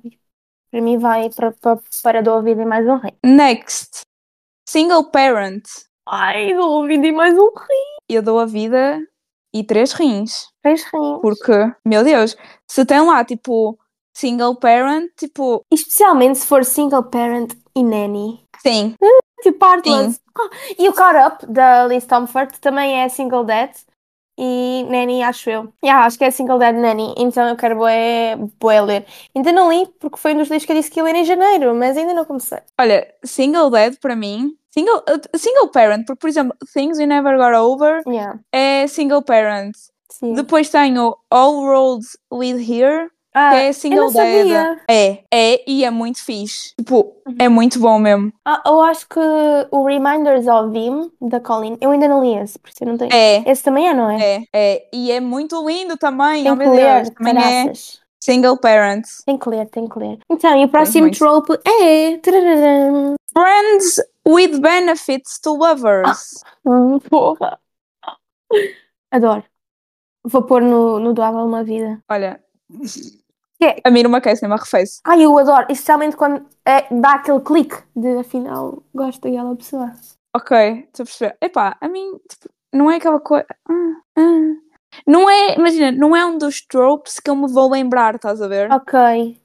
para mim vai para, para, para do ouvido e mais um rei. Next, single parent. Ai, do ouvido e mais um rei. Eu dou a vida e três rins. Três rins. Porque, meu Deus, se tem lá, tipo, single parent, tipo, Especialmente se for single parent e nanny. sim, Tipo, Heartless. Ah, e o Caught Up da Liz Comfort também é single dad e nanny, acho eu. Yeah, acho que é single dad nanny, então eu quero bué, bué ler. Ainda não li, porque foi um dos livros que eu disse que ia ler em janeiro, mas ainda não comecei. olha, single dad para mim, single, uh, single parent, porque, por exemplo, Things We Never Got Over Yeah, é single parent. sim. Depois tenho All Roads Lead Here, Ah, que é eu não single dad. sabia. Uhum. É, é e é muito fixe. Tipo, é muito bom mesmo. Ah, eu acho que o Reminders of Him, da Colin, eu ainda não li esse, por isso eu não tenho... É, Esse também é, não é? um é, é. E é muito lindo também, oh Tem que meu Deus. ler, Também é caraças. single parent. Tem que ler, tem que ler. Então, e o próximo muito. trope é... Tararam. Friends with benefits to lovers. Hum, Porra! Adoro. Vou pôr no, no doava uma vida. Olha. Que- é A mim não me aquece nem me arrefece. Ai, eu adoro, especialmente quando é, dá aquele clique de afinal gosto daquela pessoa. Ok, estou a perceber. Epá, a mim tipo, não é aquela coisa. Ah, ah. Não é, imagina, não é um dos tropes que eu me vou lembrar, estás a Ah, ver? Ok,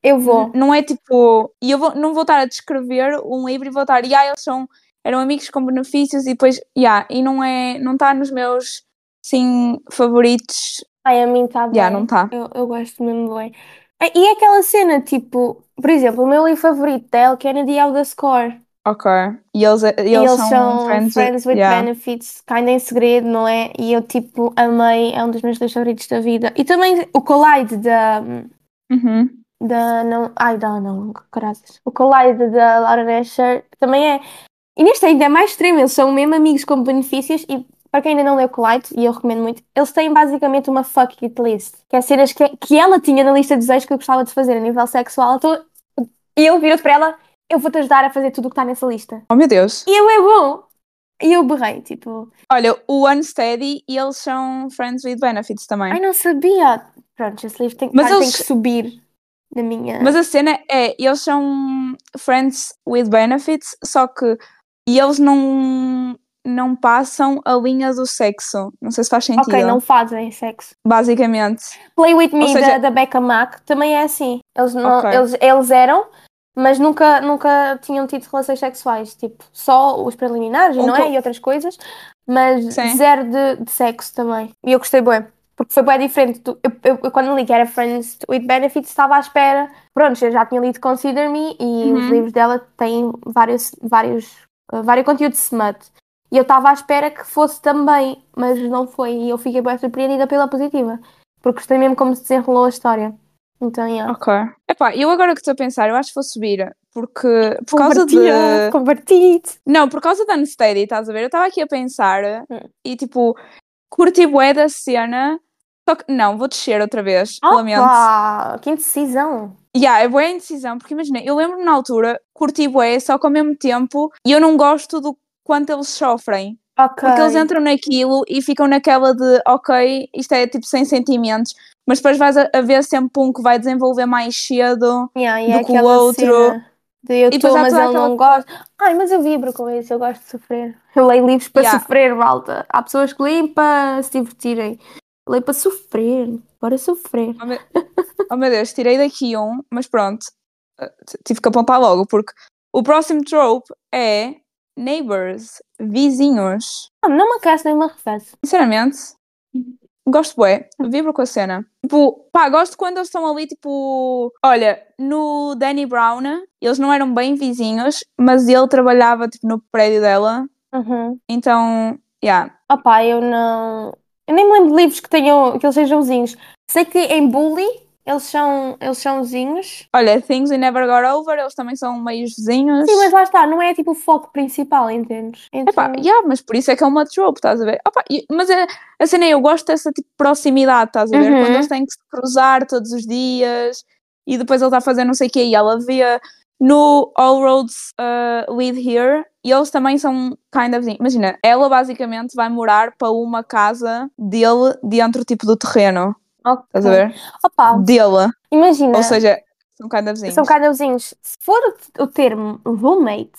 eu vou. N- Não é tipo. E eu vou, não vou estar a descrever um livro e vou estar. E ah, eles são, eram amigos com benefícios e depois. Yeah, e não é. Não está nos meus sim favoritos. Ai, a mim está bem. Já, yeah, não tá. está. Eu, eu gosto mesmo bem. Ah, E é aquela cena, tipo, por exemplo, o meu livro favorito da Elle Kennedy é o da Score. Ok. E eles, e eles, E eles são, são friends. friends, with yeah. benefits, kind em segredo, não é? E eu, tipo, amei, é um dos meus livros favoritos da vida. E também o Collide da. Uhum. da não ai da não graças o Collide da Laura Nesher também é e neste ainda é mais extremo eles são mesmo amigos com benefícios e para quem ainda não leu Collide e eu recomendo muito eles têm basicamente uma fuck it list que é cenas que, que ela tinha na lista de desejos que eu gostava de fazer a nível sexual então, e eu viro para ela eu vou-te ajudar a fazer tudo o que está nessa lista Oh meu Deus. e eu é bom e eu berrei tipo Olha, o Unsteady e eles são Friends with Benefits também. ai não sabia pronto esse livro tem, É. Mas claro, eles- tem que subir na minha Mas a cena é, eles são Friends with Benefits, só que e eles não, não passam a linha do sexo. Não sei se faz sentido. ok não fazem sexo Basicamente. Play With Me Ou da, seja- da Becca Mac também é assim. Eles, não, Ok. eles, eles eram, mas nunca, nunca tinham tido relações sexuais. Tipo, só os preliminares, Um não co- é? E outras coisas. Mas Sim. zero de, de sexo também. E eu gostei bem. Porque foi bem diferente. do- Eu, eu- eu quando li que era Friends with Benefits, estava à espera. Pronto, eu já tinha lido Consider Me e os Uhum. livros dela têm vários, vários, eh, vários conteúdos de smut. E eu estava à espera que fosse também, mas não foi. E eu fiquei bem surpreendida pela positiva. Porque gostei mesmo como se desenrolou a história. Então, yeah. Ok. Epá, eu agora que estou a pensar, eu acho que vou subir. Porque por causa de. Compartilhado, compartido. Não, por causa da Unsteady, estás a ver? Eu estava aqui a pensar Hum. e tipo, curti bué da cena. Só que não, vou descer outra vez. Lamento. Opa, que indecisão. Yeah, é boa indecisão, porque imagina, eu lembro-me na altura, curti bué, só que ao mesmo tempo eu não gosto do quanto eles sofrem. Ok. Porque eles entram naquilo e ficam naquela de, ok, isto é tipo sem sentimentos, mas depois vais a, a ver sempre um que vai desenvolver mais cedo. Yeah, e é do que o aquela outro. cena De eu E estou, depois há mas toda ele não gosta. Ai, mas eu vibro com isso, eu gosto de sofrer. Eu leio livros para Yeah. sofrer, malta. Há pessoas que leem para se divertirem. Eu Leio para sofrer. Bora sofrer. Oh meu Deus, tirei daqui um, mas pronto, eh, t- tive que apontar logo, porque o próximo trope é neighbors, vizinhos. Ah, não me aquece nem me arrefece. Sinceramente, gosto bué, vibro com a cena. Tipo, pá, gosto quando eles estão ali, tipo, olha, no Danny Brown, eles não eram bem vizinhos, mas ele trabalhava, tipo, no prédio dela Uhum. Então, yeah. Opa, eu não. Eu nem me lembro de livros que tenham, que eles sejam zinhos. Sei que em Bully eles são, eles são zinhos. Olha, Things We Never Got Over, eles também são meio vizinhos. Sim, mas lá está, não é tipo o foco principal, entendes? Então, Epá, yeah, mas por isso é que é uma trope, estás a ver? Opa, e- mas a, a cena é, eu gosto dessa tipo, proximidade, estás a ver? Uhum. Quando eles têm que se cruzar todos os dias e depois ele está a fazer não sei o quê e ela vê no All Roads uh, Lead Here e eles também são kind of... Imagina, ela basicamente vai morar para uma casa dele dentro tipo do terreno, ok. estás a ver? Opa, Dele, imagina. ou seja, são kind of vizinhos. São cadeuzinhos. Se for o, o termo roommate,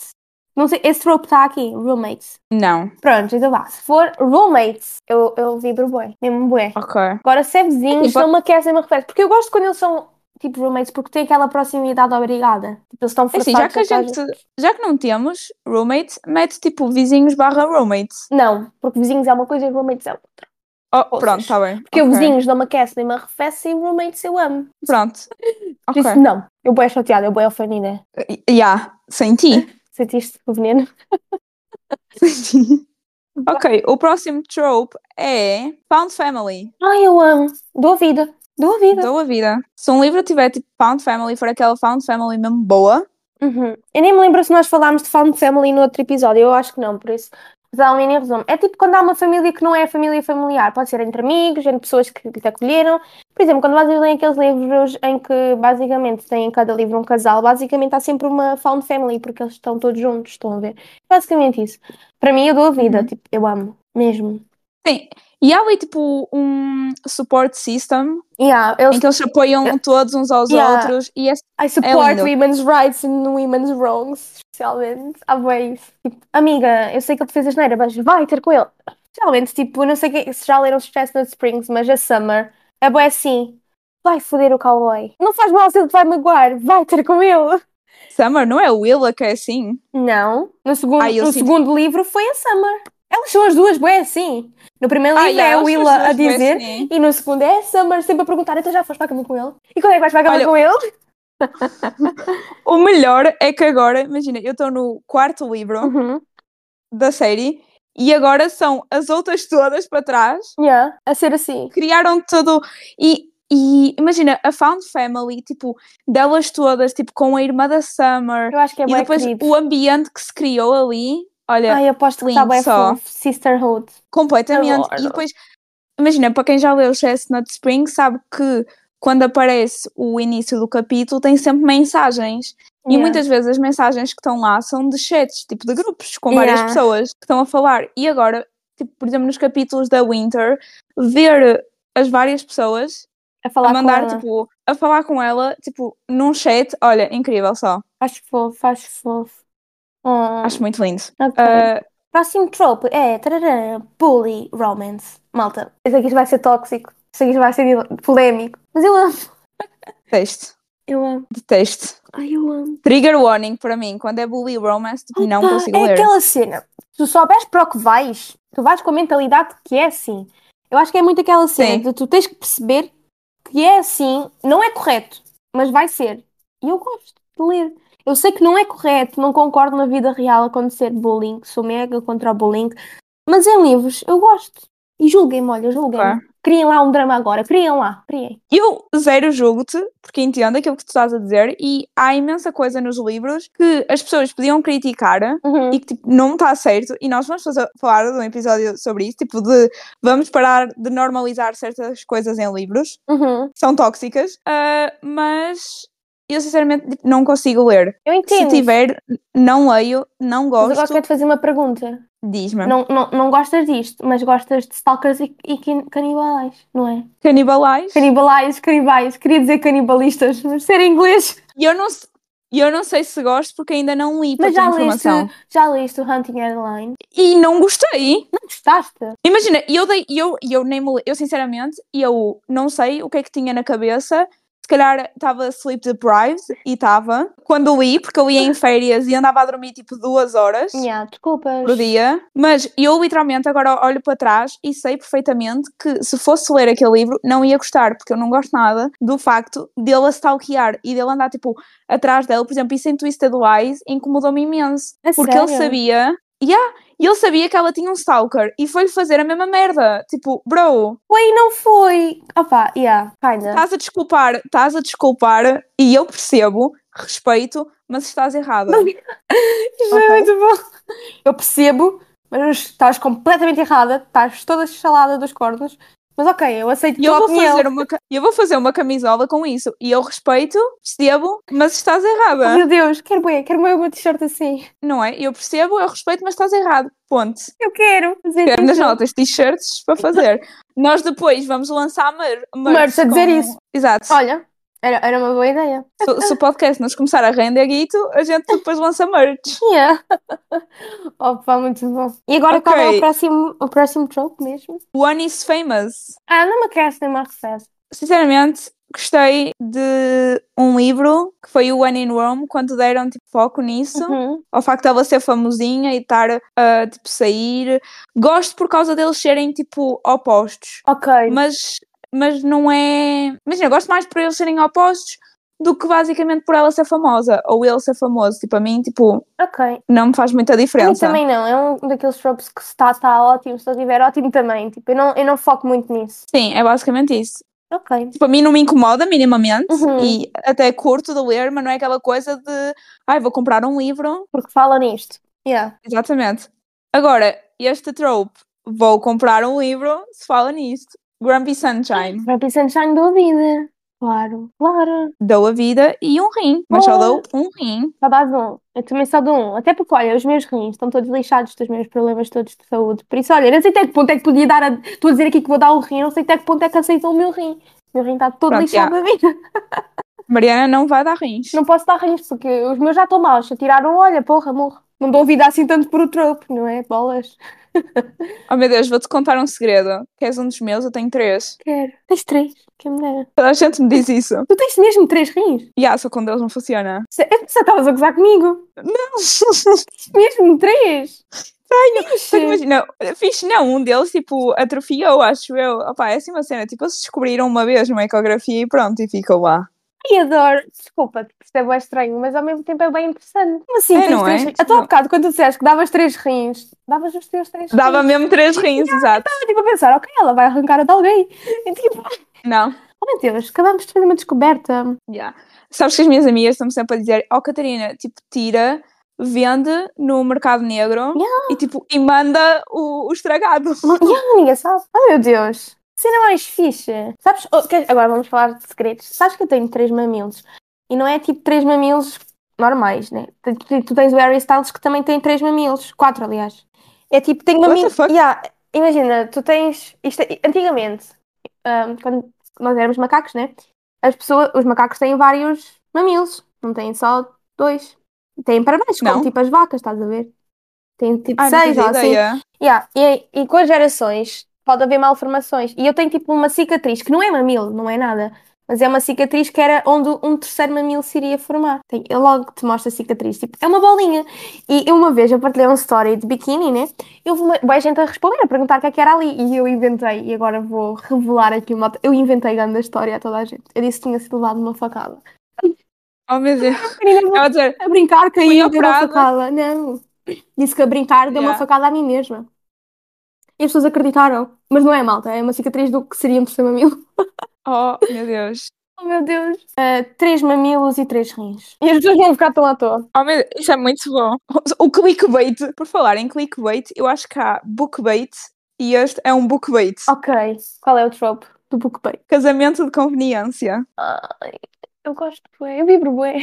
não sei, esse trope está aqui, roommate. Não, Pronto, então vá. Se for roommates, eu, eu vibro bué, mesmo bué. ok. Agora, se é vizinhos, É tipo- não me aquecem, me refere. Porque eu gosto quando eles são, tipo, roommates, porque tem aquela proximidade obrigada. Tipo, eles estão É assim, forçados já que a estar gente- juntos. Já que não temos roommates, mete tipo vizinhos barra roommates. Não, porque vizinhos é uma coisa e roommates é outra. Oh, Ou pronto, seja, está bem. Porque eu Ok. vizinhos não me aquece nem me arrefece e roommates eu amo. Pronto. Por Ok. isso, não. Eu bué chateada, eu bué ofendida. Já, sem ti. Sentiste o veneno? Sem ti. ok, o próximo trope é Found Family. Ai, eu amo. Dou a vida. Dou a vida. Dou a vida. Se um livro tiver tipo Found Family, for aquela Found Family mesmo boa, Uhum. Eu nem me lembro se nós falámos de Found Family no outro episódio, eu acho que não, por isso vou dar um mini resumo. É tipo quando há uma família que não é a família familiar, pode ser entre amigos, entre pessoas que te acolheram. Por exemplo, quando vocês leem aqueles livros em que basicamente tem em cada livro um casal, basicamente há sempre uma Found Family, porque eles estão todos juntos, estão a ver? Basicamente isso. Para mim, eu dou a vida, Uhum. tipo, eu amo, mesmo. sim. E há ali tipo um support system E há, eles. em que eles se apoiam todos uns aos É. Yeah. outros e é I support lindo. women's rights and women's wrongs, especialmente. Há ways. Tipo, amiga, eu sei que ele te fez a geneira, mas vai ter com ele. Especialmente, tipo, eu não sei quem- se já leram Chestnut Springs, mas a Summer é boa assim. Vai foder o cowboy. Não faz mal se ele te vai magoar. Vai ter com ele. Summer, não é Willa que é assim? Não. No segundo, Ai, eu no sinto- segundo livro foi a Summer. Elas são as duas boas assim. No primeiro Ah, livro é yeah, a elas são as Willa a duas bué dizer. assim. E no segundo é a Summer sempre a perguntar. Então já foste para a cama com ele? E quando é que vais para a cama Olha, com ele? O melhor é que agora, imagina, eu estou no quarto livro Uhum. da série e agora são as outras todas para trás. Yeah. A ser assim. Criaram todo. E, e imagina, a Found Family, tipo, delas todas, tipo, com a irmã da Summer Eu acho que é e bem depois querido. o ambiente que se criou ali. Olha, Ai, é aposto que lindo está bem só. fofo. Sisterhood. completamente. adoro. E depois, imagina, para quem já leu Chestnut Spring, sabe que quando aparece o início do capítulo tem sempre mensagens. E Yeah. muitas vezes as mensagens que estão lá são de chats, tipo de grupos, com várias Yeah. pessoas que estão a falar. E agora, tipo, por exemplo, nos capítulos da Winter, ver as várias pessoas A falar a mandar, com ela. tipo, a falar com ela, tipo, num chat, olha, incrível só. Acho fofo, acho fofo. Oh, Acho muito lindo. ok. Ah, Próximo trope é tararã, bully romance. Malta, isso aqui vai ser tóxico. Isso aqui vai ser polémico. Mas eu amo. texto, Eu amo. de texto. Ai, eu amo. Trigger warning para mim, quando é bully romance, tipo, não Opa, consigo é ler. aquela cena. Tu souberes para o que vais, tu vais com a mentalidade que é assim. Eu acho que é muito aquela cena Sim. de tu tens que perceber que é assim, não é correto, mas vai ser. E eu gosto de ler. Eu sei que não é correto, não concordo na vida real acontecer bullying, sou mega contra o bullying, mas em livros eu gosto. E julguem-me, olha, julguem-me. Claro. Criem lá um drama agora, criem lá, criem. Eu zero julgo-te, porque entendo aquilo que tu estás a dizer, e há imensa coisa nos livros que as pessoas podiam criticar, Uhum. e que tipo, não está certo, e nós vamos fazer, falar de um episódio sobre isso, tipo, de vamos parar de normalizar certas coisas em livros, Uhum. que são tóxicas, ah, mas eu sinceramente tipo, não consigo ler. Eu entendo. Se tiver, não leio, mas não eu gosto, gosto é de fazer uma pergunta. diz-me. Não, não, não gostas disto, mas gostas de stalkers e, e can- canibais, não é? Canibalize? Canibais, canibais, queria dizer canibalistas, mas ser em inglês. E eu não, se- e eu não sei se gosto, porque ainda não li para Mas a tua já leste, informação. já leste o Hunting Airline? E não gostei. Não gostaste? Imagina, eu, dei, eu, eu nem me, eu sinceramente, eu não sei o que é que tinha na cabeça. Se calhar estava sleep deprived e estava. Quando li, porque eu ia em férias e andava a dormir tipo duas horas Yeah, desculpas. por dia. Mas eu literalmente agora olho para trás e sei perfeitamente que se fosse ler aquele livro não ia gostar, porque eu não gosto nada do facto dele a stalkear e dele andar tipo atrás dela. Por exemplo, isso em Twisted Wise incomodou-me imenso. A porque ele sério? sabia, Yeah. E ele sabia que ela tinha um stalker e foi-lhe fazer a mesma merda. Tipo, bro, Foi, não foi. Opa, yeah, kinda. estás a desculpar, estás a desculpar e eu percebo, respeito, mas estás errada. Não, Isto Ok. é muito bom. Eu percebo, mas estás completamente errada, estás toda chalada dos cornos. Mas ok, eu aceito a E eu tua vou, opinião. fazer uma, ca- eu vou fazer uma camisola com isso. E eu respeito, percebo, mas estás errada. Oh, meu Deus, quero bem, quero bem uma t-shirt assim. Não é? Eu percebo, eu respeito, mas estás errado. Ponto. Eu quero. é Quero nas notas, t-shirts para fazer. Nós depois vamos lançar mer merch Merch a dizer com- isso. Exato. Olha, era, era uma boa ideia. Se, se o podcast nos começar a render guito, a gente depois lança merch. Yeah. Opa, muito bom. E agora qual é Ok. o próximo, o próximo trope mesmo? One is famous. Ah, não me aquece nem me arrefece. Sinceramente, gostei de um livro que foi o One in Rome, quando deram tipo, foco nisso. Uhum. ao facto dela ser famosinha e estar a tipo, sair. Gosto por causa deles serem tipo opostos, Ok. mas, mas não é. Imagina, gosto mais por eles serem opostos do que basicamente por ela ser famosa ou ele ser famoso. Tipo, a mim, tipo, Ok. não me faz muita Para mim diferença. também não. É um daqueles tropes que se está, está ótimo. Se eu tiver ótimo também. Tipo, eu não, eu não foco muito nisso. Sim, é basicamente isso. Ok. Tipo, a mim não me incomoda minimamente Uhum. e até curto de ler, mas não é aquela coisa de ai, vou comprar um livro. Porque fala nisto. Yeah. Exatamente. Agora, este trope, vou comprar um livro, se fala nisto. Grumpy Sunshine. Para pensar em dúvida. Claro, claro. dou a vida e um rim, mas só Boa. dou um rim. Só dás um. Eu também só dou um. Até porque, olha, os meus rins estão todos lixados dos meus problemas todos de saúde. Por isso, olha, eu não sei até que ponto é que podia dar. a- Estou a dizer aqui que vou dar um rim, eu não sei até que ponto é que aceitam o meu rim. O meu rim está todo Pronto, lixado da vida. Mariana não vai dar rins. Não posso dar rins porque os meus já estão maus. Se tiraram, olha, porra, morro. Não dou vida assim tanto por o tropo, não é? Bolas. Oh meu Deus, vou-te contar um segredo. Queres um dos meus? Eu tenho três. Quero. Tens três. Que mulher. Toda a gente me diz isso. Tu tens mesmo três rins? E ah, só com Deus não funciona. Se- Eu pensava que estavas a gozar comigo. Tens mesmo três? Tenho. Só que imagina, fixe não, um deles tipo atrofiou, acho eu. Opa, é assim uma cena, tipo, eles descobriram uma vez numa ecografia e pronto, e ficou lá. Ai, adoro. Desculpa, percebo é estranho, mas ao mesmo tempo é bem interessante. Como assim? É, tens não três é? rins? A tua Não. bocado, quando tu disseste que davas três rins, davas os teus três Dava rins. mesmo três rins, exato. Eu tipo a pensar, ok, ela vai arrancar a de alguém. E tipo, Não. oh meu Deus, acabamos de fazer uma descoberta. Yeah. Sabes que as minhas amigas estão sempre a dizer, ó Catarina, tipo, tira, vende no mercado negro Yeah. e tipo, e manda o, o estragado. E ela ninguém sabe. Oh meu Deus. Cena mais fixe. Sabes, oh, quer- agora vamos falar de segredos. Sabes que eu tenho três mamilos. E não é tipo três mamilos normais, né? Tu, tu- tu tens o Harry Styles que também tem três mamilos. Quatro, aliás. É tipo, tenho What the mamilos. fuck? Yeah, imagina, tu tens. Isto, é- antigamente, ahm, quando nós éramos macacos, né? As pessoas, os macacos têm vários mamilos. Não têm só dois. Têm para baixo, Não. como tipo as vacas, estás a ver? Têm tipo Ai, não seis fazia ou assim. ideia. Yeah, e, e com as gerações pode haver malformações. E eu tenho tipo uma cicatriz, que não é mamilo, não é nada, mas é uma cicatriz que era onde um terceiro mamilo se iria formar. Tem, eu logo te mostro a cicatriz, tipo, é uma bolinha. E eu uma vez eu partilhei um story de biquíni, né? Eu vi uma, bué gente a responder, a perguntar o que é que era ali. E eu inventei, e agora vou revelar aqui uma. Eu inventei grande a história a toda a gente. Eu disse que tinha sido levado uma facada. Oh meu Deus. Menina, Ela dizer, A brincar Fui caiu, deu uma operada. facada. Não. Disse que a brincar deu uma Yeah. facada a mim mesma. E as pessoas acreditaram. Mas não é malta, é uma cicatriz do que seria um terceiro mamilo. oh meu Deus. Oh meu Deus. Ah, três mamilos e três rins. E as pessoas vão ficar tão à toa. Oh meu Deus, isso é muito bom. O clickbait. Por falar em clickbait, eu acho que há bookbait e este é um bookbait. Ok. Qual é o trope do bookbait? Casamento de conveniência. Ai, eu gosto bué, eu vibro bué.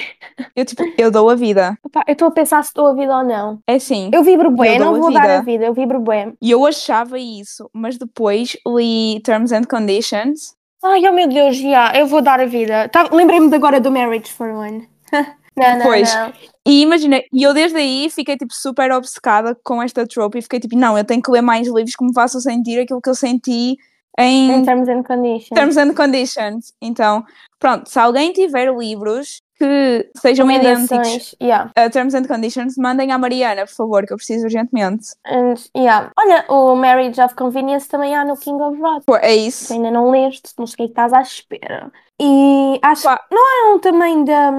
Eu tipo, eu dou a vida. Epá, eu estou a pensar se dou a vida ou não. É assim. Eu vibro bué, Eu dou não a vou dar vida. a vida, eu vibro bué. E eu achava isso, mas depois li Terms and Conditions. Ai, oh meu Deus, já, eu vou dar a vida. Tá, Lembrei-me de agora do Marriage for One. Não, não, Pois. não. E imagina, e eu desde aí fiquei tipo super obcecada com esta trope e fiquei tipo, não, eu tenho que ler mais livros que me façam sentir aquilo que eu senti em In terms and conditions. Então, Terms and Conditions. Então, pronto, se alguém tiver livros que sejam idênticos Recomendações, yeah. a Terms and Conditions, mandem à Mariana, por favor, que eu preciso urgentemente. And, yeah. Olha, o Marriage of Convenience também há no King of Rock. Pô, é Tu isso. ainda não leste, não sei o que é que estás à espera. E acho Pá. não é um também da,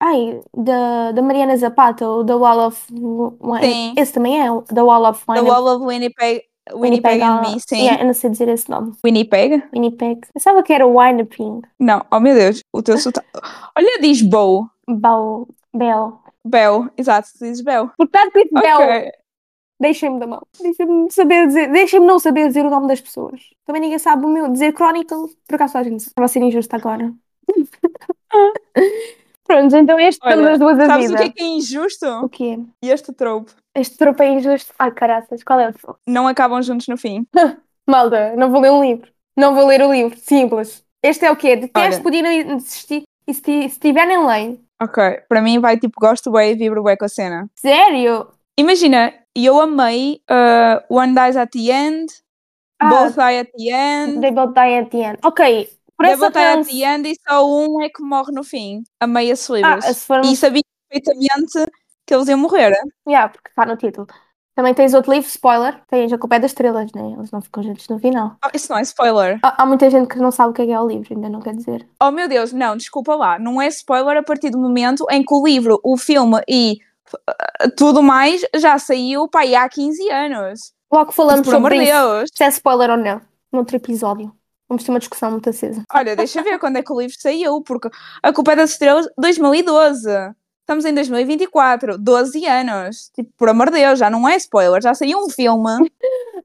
ai, da, da Mariana Zapata, o The Wall of Wine. Sim. Esse também é o The Wall of Wine. The Wall of Winnipeg, Winnipeg, and ah, Me, sim. yeah, eu não sei dizer esse nome. Winnipeg? Winnipeg. Pensava que era Winnipeg. Não, oh meu Deus, o teu sotaque. Olha, diz Bow. Bau, Bel. Bel, exato, tu dizes Bel. Portanto, dito Bel. Ok. Deixem-me da mão. Deixem-me saber dizer. Deixem-me não saber dizer o nome das pessoas. Também ninguém sabe o meu. Dizer Chronicle, por acaso a gente estava a ser injusta agora. Pronto, então este Olha, todas as duas a Sabes vida. o que é que é injusto? O quê? Este trope. Este tropa é injusto. Ai, caraças, qual é o tropa? Não acabam juntos no fim. Malda, não vou ler um livro. Não vou ler o livro. Simples. Este é o quê? Detesto, Olha. podia não desistir. E se ti- se tiver, nem leio. Ok, para mim vai tipo, gosto bué e vibro bué com a cena. Sério? Imagina, eu amei uh, One Dies at the End, Ah. Both Die at the End, They both die at the end. Ok. Por Devil essa Die at razão- the End e só um é que morre no fim. Amei esses Ah, livros. se formos E sabia perfeitamente que eles iam morrer. Yeah, porque está no título. Também tens outro livro, spoiler, tens A Culpa é das Estrelas, né? Eles não ficam juntos no final. Oh, isso não é spoiler. Há, há muita gente que não sabe o que é, que é o livro, ainda não quer dizer. Oh meu Deus, não, desculpa lá. Não é spoiler a partir do momento em que o livro, o filme e uh, tudo mais já saiu pá, aí há 15 anos. Logo falamos Por amor sobre de isso, Deus. se é spoiler ou não, noutro episódio. Vamos ter uma discussão muito acesa. Olha, deixa ver quando é que o livro saiu, porque A Culpa é das Estrelas, 2012. Estamos em 2024, 12 anos. Tipo, por amor de Deus, já não é spoiler, já saiu um filme.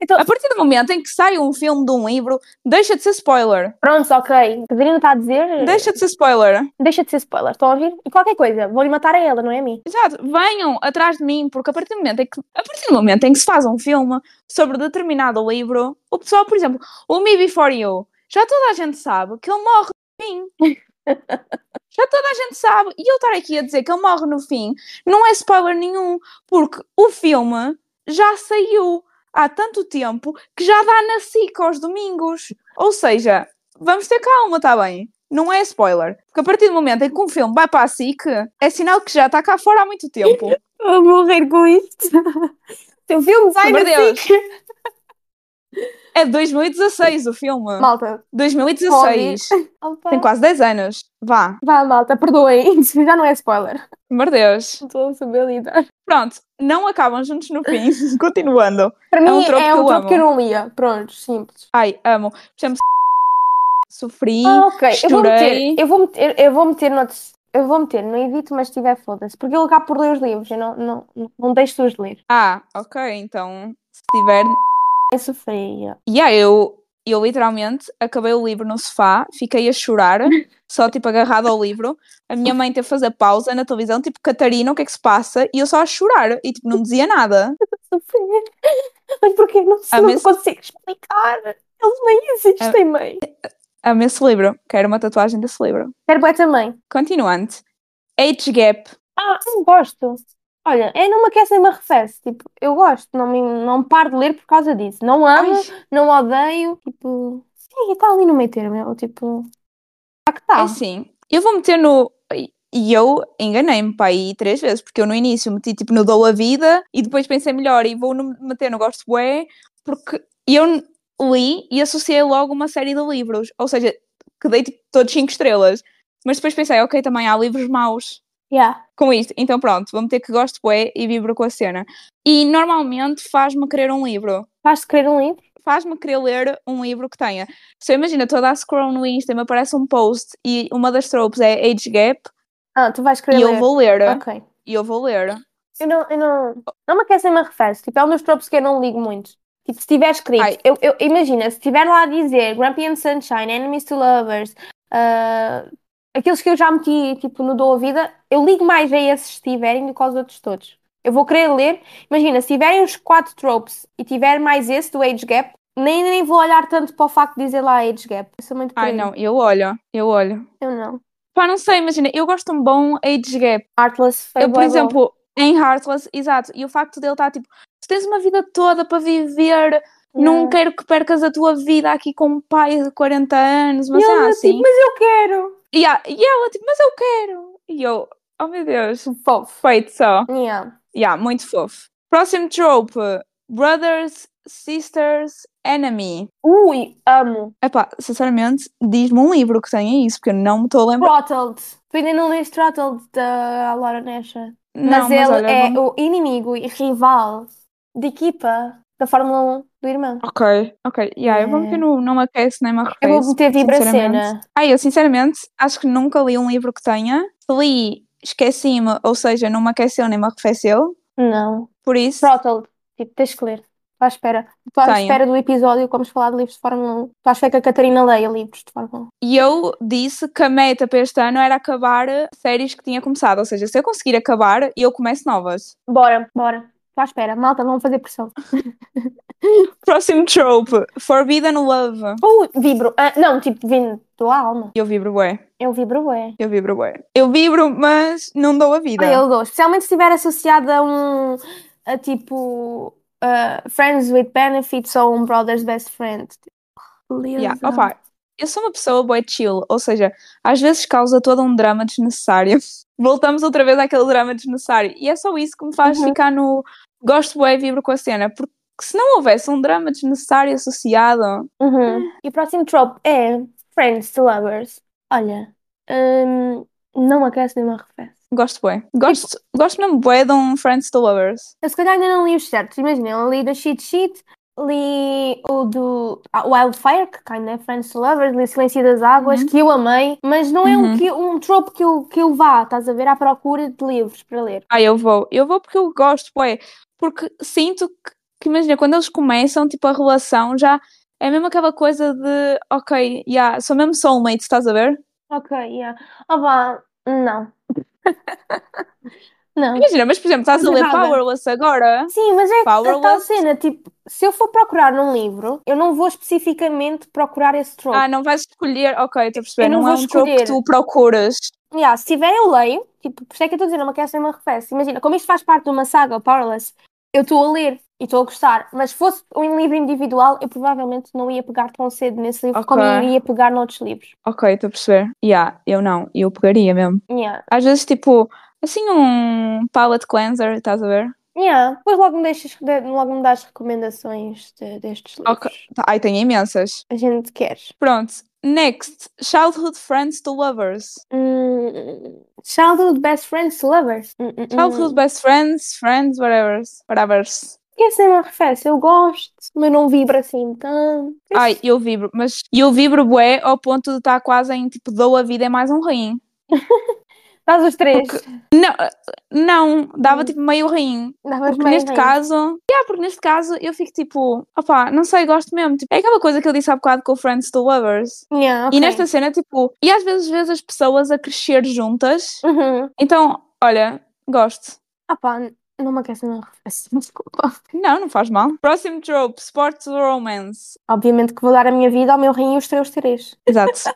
Então- A partir do momento em que sai um filme de um livro, deixa de ser spoiler. Pronto, ok. Catarina está a dizer, Deixa de ser spoiler. deixa de ser spoiler, estão a ouvir? E qualquer coisa, vou-lhe matar a ela, não é a mim. Exato, venham atrás de mim, porque a partir do momento em que, a partir do momento em que se faz um filme sobre determinado livro, o pessoal, por exemplo, o Me Before You, já toda a gente sabe que ele morre no fim. já toda a gente sabe. E eu estar aqui a dizer que ele morre no fim não é spoiler nenhum, porque o filme já saiu há tanto tempo que já dá na SIC aos domingos. Ou seja, vamos ter calma, está bem? Não é spoiler. Porque a partir do momento em que um filme vai para a SIC, é sinal que já está cá fora há muito tempo. Vou morrer com isto. Teu filme vai Meu na Deus. SIC. É de 2016 o filme. Malta, 2016. opa. Tem quase 10 anos. Vá, Vá, malta, perdoem, já não é spoiler. meu Deus. Não estou a saber lidar. Pronto, não acabam juntos no fim. Continuando. Para mim um tropo é que um eu tropo que eu amo. não lia. Pronto, simples. Ai, amo. Por exemplo, sofri. Ah, ok. Eu vou chorei. meter, eu vou meter, eu vou meter noutros- eu vou meter, não edito, mas se tiver foda-se, porque eu acabo por ler os livros, eu não, não, não deixo-os de ler. Ah, ok, então se tiver. Eu sofria. E yeah, eu, eu literalmente acabei o livro no sofá, fiquei a chorar, só tipo agarrada ao livro. A minha mãe teve a fazer pausa na televisão, tipo, Catarina, o que é que se passa? E eu só a chorar e tipo, não dizia nada. Sofria. Mas porquê? Não, Ah, não mas- Ah. consigo explicar. Eles nem existem, mãe. Amo esse livro, quero uma tatuagem desse livro. Quero bué também. Continuante. Age Gap. Ah, eu gosto. Olha, é não me aquece nem me arrefece. Tipo, eu gosto, não, me, não paro de ler por causa disso. Não amo, não odeio. Tipo, sim, está ali no meio termo. Eu, tipo, tá que É tá. assim, eu vou meter no. E eu enganei-me para aí três vezes, porque eu no início meti tipo no Dou a Vida e depois pensei melhor e vou no- meter no Gosto Bué, porque eu n- li e associei logo uma série de livros, ou seja, que dei tipo, todos cinco estrelas, mas depois pensei, ok, também há livros maus Yeah. com isto, então pronto, vou meter que Gosto Bué e vibro com a cena. E normalmente faz-me querer um livro Faz-te querer um livro? faz-me querer ler um livro que tenha. Se eu imagina, toda a scroll no Insta e me aparece um post e uma das tropes é age gap Ah, tu vais querer e ler. Ah. eu vou ler. Ok. E eu vou ler. Eu não, eu não, não me aquece nem me arrefece. Tipo, é um dos tropos que eu não ligo muito. Tipo, se tiver escrito, Ai. eu, eu- imagina, se tiver lá a dizer Grumpy and Sunshine, Enemies to Lovers, ah, aqueles que eu já meti, tipo, no Dou a Vida, eu ligo mais a esses se tiverem do que aos outros todos. Eu vou querer ler, imagina, se tiverem os quatro tropes e tiver mais esse do Age Gap, nem, nem vou olhar tanto para o facto de dizer lá Age Gap. Eu sou muito por Ai aí. não, eu olho, eu olho. Eu não. Pá, não sei, imagina, eu gosto de um bom age gap. Artless, foi Eu, por Tá bué bom. exemplo, em Heartless, exato, e o facto dele estar tipo, tu tens uma vida toda para viver, não Yeah. quero que percas a tua vida aqui com um pai de 40 anos, mas E ela, ah, tipo, assim. mas eu quero. E, a- e ela tipo, mas eu quero. E eu, oh meu Deus, Fofo. feito só. Yeah. Yeah, muito fofo. Próximo trope: Brothers, Sisters, Enemy. Ui, amo. Epá, sinceramente, diz-me um livro que tenha isso, porque eu não me estou a lembrar. Throttled. Tu ainda não lês Throttled da Laura Nesha. Não, mas ele olha, é vamos- o inimigo e rival de equipa da Fórmula 1 do irmão. Ok, ok. Yeah, é bom que eu não, não me aquece nem me Eu vou arrefeço. meter vibra a sinceramente. cena. Ah, eu sinceramente acho que nunca li um livro que tenha. Li, esqueci-me, ou seja, não me aqueceu nem me arrefeceu. Não. Por isso, Throttled. Tipo, tens que ler. Estou à espera. Estou à Tenho. espera do episódio que vamos falar de livros de Fórmula 1. Estou à espera que a Catarina leia livros de Fórmula 1. e eu disse que a meta para este ano era acabar séries que tinha começado. Ou seja, se eu conseguir acabar, eu começo novas. Bora, bora. Estou à espera. Malta, vamos fazer pressão. Próximo trope: Forbidden Love. Uh, vibro. Ah, não, tipo, vindo da alma. Eu vibro bué, Eu vibro, é. eu vibro bué. Eu vibro, mas não dou a vida. Ah, eu dou. Especialmente se estiver associada a um, a tipo, a Friends with Benefits ou um Brother's Best Friend. Tipo, Beleza. Yeah, opa, eu sou uma pessoa boa chill, ou seja, às vezes causa todo um drama desnecessário. Voltamos outra vez àquele drama desnecessário. E é só isso que me faz Uhum. ficar no gosto bué e vibro com a cena. Porque se não houvesse um drama desnecessário associado, Uhum. E o próximo trope é Friends to Lovers. Olha, hum, não aquece nem me arrefece. gosto bué. Gosto, gosto mesmo bué de um Friends to Lovers. Eu se calhar ainda não li os certos, imagina, eu li da Cheat Sheet, li o do ah, Wildfire, que cai na Friends to Lovers, li Silêncio das Águas, Uhum. que eu amei, mas não é um, Uhum. que, um trope que eu, que eu vá, estás a ver, à procura de livros para ler. Ah, eu vou. Eu vou porque eu gosto, bué. Porque sinto que, que, imagina, quando eles começam, tipo, a relação já é mesmo aquela coisa de, ok, yeah, sou mesmo soulmate, estás a ver? Ok, yeah. Ah, vá, não. Não. Imagina, mas por exemplo, estás a Mas ler nada. Powerless agora. Sim, mas é a tal Powerless. cena, tipo, se eu for procurar num livro, eu não vou especificamente procurar esse trope. Ah, não vais escolher. Ok, estou a perceber. Eu não Não, é vou um troco que escolher. tu procuras. Yeah, se tiver, eu leio. Tipo, por isso é que eu estou a dizer, não me aquece nem me arrefece. Imagina, como isto faz parte de uma saga, o Powerless, eu estou a ler e estou a gostar. Mas se fosse um livro individual, eu provavelmente não ia pegar tão cedo nesse livro Ok. como eu iria pegar noutros livros. Ok, estou a perceber. Yeah, eu não. Eu pegaria mesmo. Yeah. Às vezes, tipo, assim, um palette cleanser, estás a ver? Yeah. Depois logo me deixas, de- logo me das recomendações de- destes livros. Ok. Ai, tem imensas. A gente quer. Pronto. Next. Childhood Friends to Lovers. Hum, Childhood Best Friends to Lovers. Hum, hum, hum. Childhood Best Friends, Friends, whatever. Whatevers. Esse nem me arrefece. assim Eu gosto, mas não vibra assim tanto. Ai, eu vibro, mas eu vibro bué ao ponto de estar quase em tipo, dou a vida é mais um rim. Dás os três. Não, não, dava Hum. tipo meio rim. Davas Porque meio neste bem. caso, yeah, porque neste caso eu fico tipo, opá, não sei, gosto mesmo. Tipo, é aquela coisa que eu disse há bocado com o Friends to Lovers. Yeah, E ok. nesta cena, tipo, e às vezes vês as pessoas a crescer juntas. Uhum. Então, olha, gosto. Ah pá, n- não me aquece, não arrefece, desculpa. Não, não faz mal. Próximo trope: Sports Romance. Obviamente que vou dar a minha vida ao meu rim e os teus três. Exato.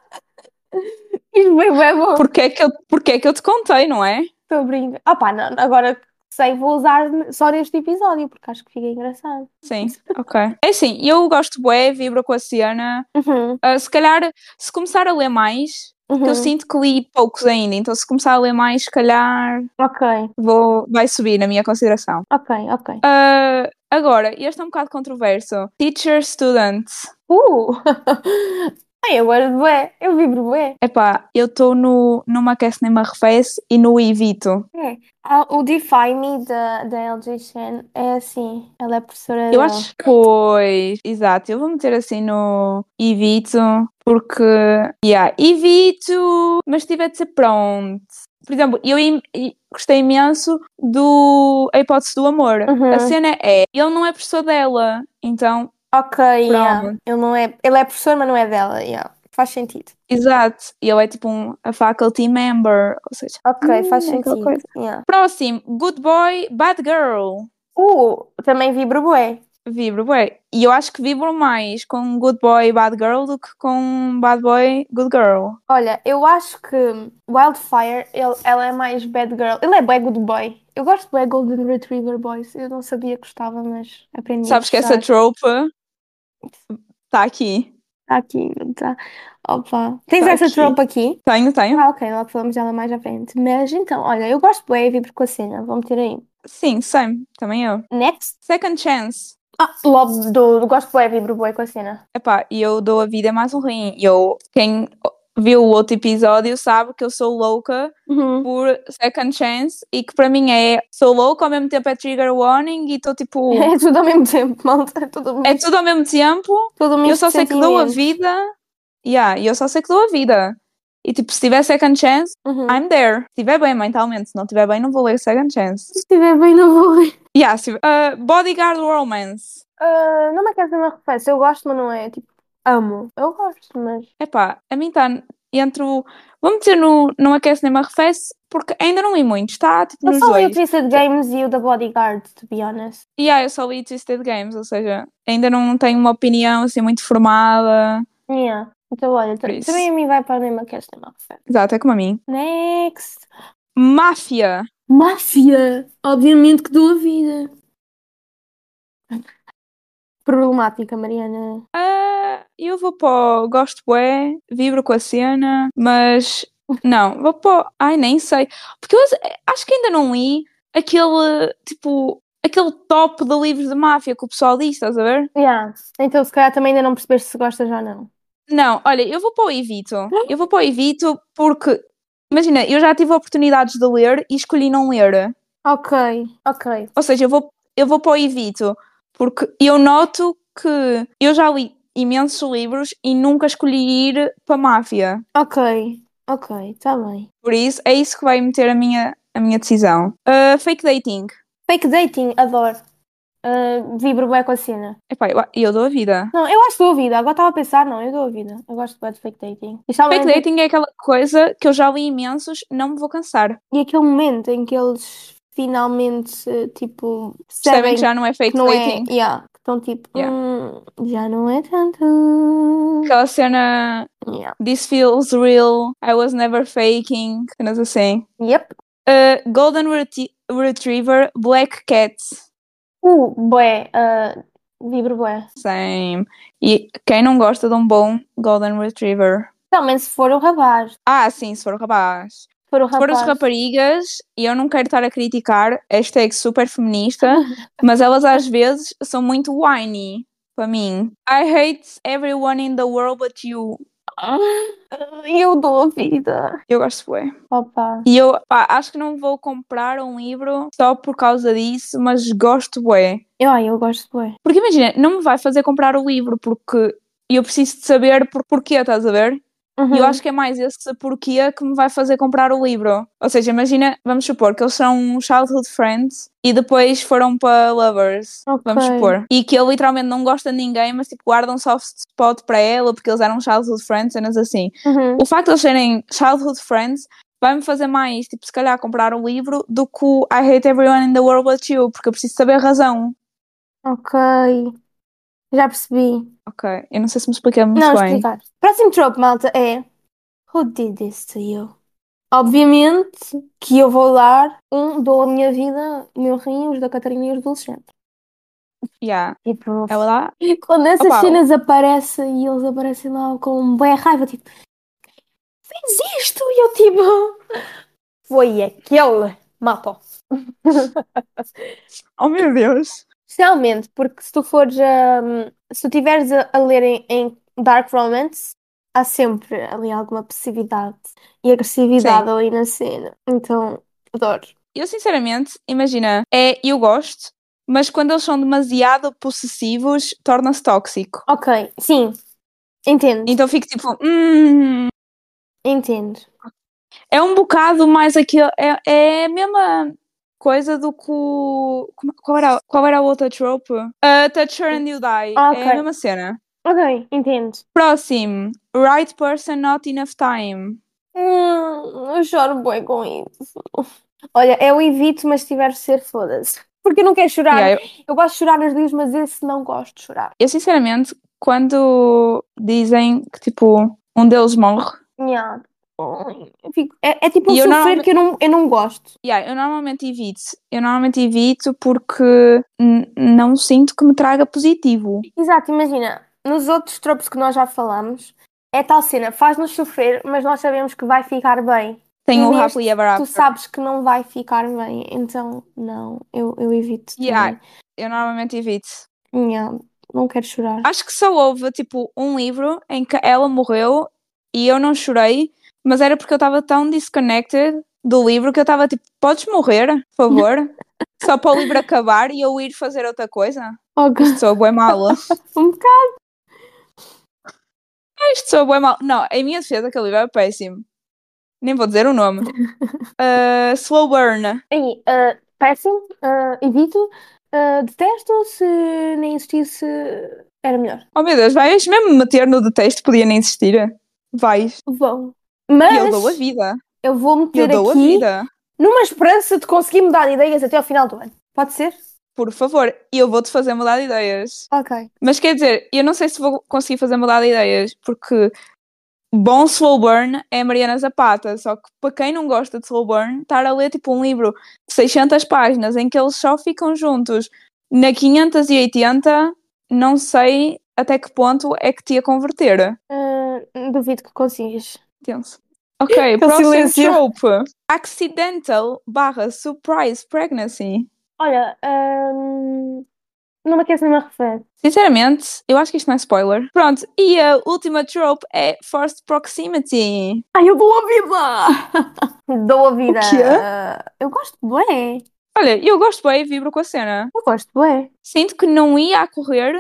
Isto bem, bem bom. Porque é, que eu, porque é que eu te contei, não é? Estou brincando. Ah pá, não, agora que sei, vou usar só neste episódio, porque acho que fica engraçado. Sim, ok. É assim, eu gosto bué, vibro com a cena. Uhum, Ah, se calhar, se começar a ler mais, que eu uhum. sinto que li poucos ainda, então se começar a ler mais, se calhar Ok, vou, vai subir na minha consideração. ok, ok. Ah, agora, este é um bocado controverso. Teacher Student. Uh! Ai, eu gosto de bué, eu vibro bué. Epá, eu estou no Não Me Aquece Nem Me Arrefece e no Evito. É. Ah, o Defy Me da, da LG Shen é assim, ela é professora Eu dela. acho que pois, exato, eu vou meter assim no Evito, porque yeah, Evito, mas tiver de ser pronto. Por exemplo, eu im- i- gostei imenso do A Hipótese do Amor. Uhum. A cena é, ele não é professor dela, então Ok, yeah. Pronto. Ele não é, ele é professor, mas não é dela, yeah. Faz sentido. Exato, e ele é tipo um a faculty member, ou seja, Ok, Hum, faz é aquela sentido. coisa. Yeah. próximo, good boy, bad girl. Uh, também vibro bué. Vibro, bué. E eu acho que vibro mais com good boy, bad girl do que com bad boy, good girl. Olha, eu acho que Wildfire, ele- ela é mais bad girl. Ele é bué good boy. Eu gosto de bué Golden Retriever boys. Eu não sabia que gostava, mas aprendi a Sabes que essa gostar. tropa está tá aqui. está Tá aqui, não está. Opa. Tens Tá essa aqui. tropa aqui? Tenho, tenho. Ah, ok, logo falamos dela mais à frente. Mas então, olha, eu gosto bué e vibro com a cena, vou meter aí. Sim, same. Também eu. Next. Second chance. Ah, logo do, do gosto bué e vibro bué com a cena. Epá, e eu dou a vida mais um rim. E Eu, quem viu o outro episódio sabe que eu sou louca Uhum. por second chance e que para mim é sou louca, ao mesmo tempo é trigger warning e estou tipo. É tudo ao mesmo tempo, malta. É tudo, É tudo ao mesmo tempo. tudo Eu só sei que dou a vida. Yeah, eu só sei que dou a vida. E tipo, se tiver second chance, Uhum. I'm there. Se estiver bem mentalmente, se não estiver bem, não vou ler second chance. Se estiver bem, não vou ler. Yeah, se, ah, Bodyguard Romance. Ah, não me quero dizer uma referência. Eu gosto, mas não é tipo, amo. Eu gosto, mas. Epá, a mim está entre o. Vou meter no Não Aquece Nem Me Arrefece, porque ainda não li muito, está tipo Eu nos só li o dois. Twisted Games e o da Bodyguard, to be honest. Yeah, eu só li Twisted Games, ou seja, ainda não tenho uma opinião assim muito formada. Yeah. Então, olha, Por t- isso. também a mim vai para a mesma que esta máfia. Exato, é como a mim. Next! Máfia. Máfia! Obviamente que dou a vida. Problemática, Mariana. Ah, eu vou para o Gosto Bué, vibro com a cena, mas não, vou para Ai, nem sei. Porque eu acho que ainda não li aquele, tipo, aquele top de livros de máfia que o pessoal diz, estás a ver? Yeah. Então, se calhar também ainda não percebeste se gostas ou não. Não, olha, eu vou para o Evito. Eu vou para o Evito porque, imagina, eu já tive oportunidades de ler e escolhi não ler. Ok, ok. Ou seja, eu vou, eu vou para o Evito porque eu noto que eu já li imensos livros e nunca escolhi ir para a máfia. Ok, ok, Tá está bem. Por isso, é isso que vai meter a minha, a minha decisão. Ah, fake dating. Fake dating, adoro. Uh, vibro bem com a cena. Epá, eu, eu dou a vida. Não, eu acho que dou a vida. Agora estava a pensar, não, eu dou a vida. Eu gosto bem de fake dating. E, Fake somente- dating é aquela coisa que eu já li imensos, não me vou cansar. e aquele momento em que eles finalmente, eh, tipo, Percebem percebem que já não é fake que não é. dating? Yeah, que estão tipo, Yeah. "Hum, já não é tanto. Aquela cena Yeah. This feels real, I was never faking, cenas assim. Yep. Ah, Golden Reti- Retriever, Black Cat. Uh, bué, uh, vibro bué. Same. E quem não gosta de um bom Golden Retriever? Também se for o rapaz. Ah, sim, se for rapaz. Se for o Se for as rapaz. raparigas, e eu não quero estar a criticar, hashtag super feminista, mas elas às vezes são muito whiny para mim. I hate everyone in the world but you. Ah, Eu dou a vida. Eu gosto bué. Opa. E eu pá, acho que não vou comprar um livro só por causa disso, mas gosto bué. Eu, ai, eu gosto bué. Porque imagina, não me vai fazer comprar o livro porque eu preciso de saber por, porquê, estás a ver? E eu Uhum. acho que é mais esse porquê que me vai fazer comprar o livro. Ou seja, imagina, vamos supor que eles são um childhood friends e depois foram para lovers. Ok. Vamos supor. E que ele literalmente não gosta de ninguém, mas tipo guardam soft spot para ela porque eles eram childhood friends, cenas assim. Uhum. O facto de eles serem childhood friends vai-me fazer mais, tipo, se calhar comprar o livro do que o I hate everyone in the world but you, porque eu preciso saber a razão. Ok. Já percebi. Ok, eu não sei se me expliquei muito Não, bem. explicar. Próximo trope, malta, é Who did this to you? Obviamente que eu vou dar um, dou a minha vida, o meu rim, os da Catarina e os do Alexandre. Yeah. Tipo, Ela lá, quando essas Opa, cenas aparecem e eles aparecem lá com bem raiva, tipo, fez isto! E eu tipo, foi aquele mapa. oh meu Deus. Especialmente porque se tu fores a. Se tu tiveres a, a ler em, em Dark Romance, há sempre ali alguma passividade e agressividade ali na cena. Então, adoro. Eu sinceramente, imagina, é eu gosto, mas quando eles são demasiado possessivos, torna-se tóxico. Ok, sim. Entendo, Então fico tipo, hum, entendo. é um bocado mais aquilo, é, é a mesma coisa do que o, como- qual era, qual era a outra trope? Uh, touch her and you die, Ah, é ok. a mesma cena. Ok, entendo. Próximo, right person, not enough time. Hum, eu choro bem com isso. Olha, eu evito, mas se tiver de ser, foda-se. Porque eu não quero chorar. Yeah, eu, Eu gosto de chorar nos livros, mas esse não gosto de chorar. eu sinceramente, quando dizem que tipo, um deles morre, Nhá. Eu fico- É, é tipo um E eu sofrer normalmente- que eu não, eu não gosto. Yeah, eu normalmente evito. Eu normalmente evito porque n- não sinto que me traga positivo. Exato, imagina, nos outros tropos que nós já falamos, é tal cena, faz-nos sofrer, mas nós sabemos que vai ficar bem. Tem o Neste, Happily Ever Tu After. sabes que não vai ficar bem, então não, eu, eu evito. Yeah. também. Eu normalmente evito. Yeah, não quero chorar. Acho que só houve, tipo, um livro em que ela morreu e eu não chorei, mas era porque eu estava tão disconnected do livro que eu estava tipo, podes morrer, por favor? só para o livro acabar e eu ir fazer outra coisa? Oh, God, Sou bué mala. um bocado. Isto sou bué mala. Não, em minha defesa, aquele livro é péssimo. Nem vou dizer o nome. Ah, Slow Burn. Aí, ah, péssimo, ah, evito, ah, detesto, se nem existisse, era melhor. Oh meu Deus, vais mesmo meter no detesto, podia nem existir. Vais. Bom, E eu dou a mas vida. eu vou Eu meter dou a aqui vida. numa esperança de conseguir mudar de ideias até ao final do ano. Pode ser? Por favor. E eu vou-te fazer mudar de ideias. Ok. Mas quer dizer, eu não sei se vou conseguir fazer mudar de ideias, porque bom slow burn é a Mariana Zapata, só que para quem não gosta de slow burn, estar a ler tipo um livro de 600 páginas em que eles só ficam juntos na 580, não sei até que ponto é que te ia converter. Ah, duvido que consigas. Tenso. Ok, próximo silêncio. trope. Accidental barra surprise pregnancy. Olha, ahm, não me aquece nem me arrefece. Sinceramente, eu acho que isto não é spoiler. Pronto, e a última trope é forced proximity. Ai, eu dou a vida! dou a vida. quê? Ah, eu gosto bem. Olha, eu gosto bem, vibro com a cena. Eu gosto bem. Sinto que não ia a correr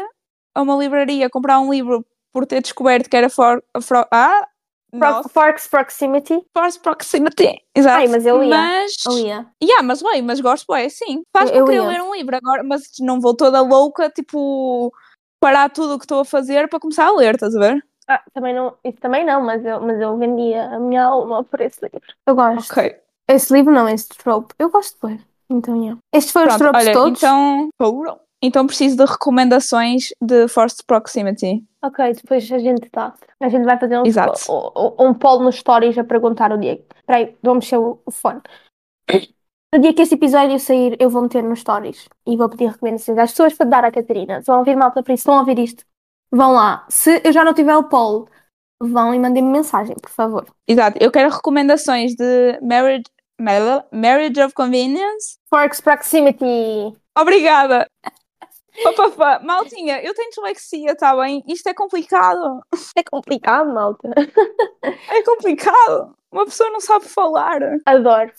a uma livraria comprar um livro por ter descoberto que era for, fro- ah, Pro nossa, Forks Proximity. Force Proximity. Exato. Ai, mas eu ia. Mas, Oh, yeah. Yeah, mas bem, mas gosto bem, sim. Faz Eu com que eu ia. ler um livro agora, mas não vou toda louca, tipo, parar tudo o que estou a fazer para começar a ler, estás a ver? Ah, também não, isso também não, mas eu, mas eu vendia a minha alma por esse livro. Eu gosto. Ok. Esse livro não, esse trope. Eu gosto bem. Então, yeah. Estes foram os Pronto, tropes olha, todos? então. Foram. Então preciso de recomendações de Forced Proximity. Ok, depois a gente dá. A gente vai fazer um, Exato. um, um poll nos stories a perguntar o Diego. Espera aí, vou mexer o, o fone. No dia que este episódio sair, eu vou meter nos stories e vou pedir recomendações às pessoas para dar à Catarina. Se vão ouvir malta para isso, se vão ouvir isto, vão lá. Se eu já não tiver o poll, vão e mandem-me mensagem, por favor. Exato, eu quero recomendações de Marriage, Mar- é? marriage of Convenience. Forks Proximity! Obrigada! Papapá, maltinha, eu tenho dislexia, tá bem? Isto é complicado. Isto é complicado, malta. É complicado. Uma pessoa não sabe falar. Adoro.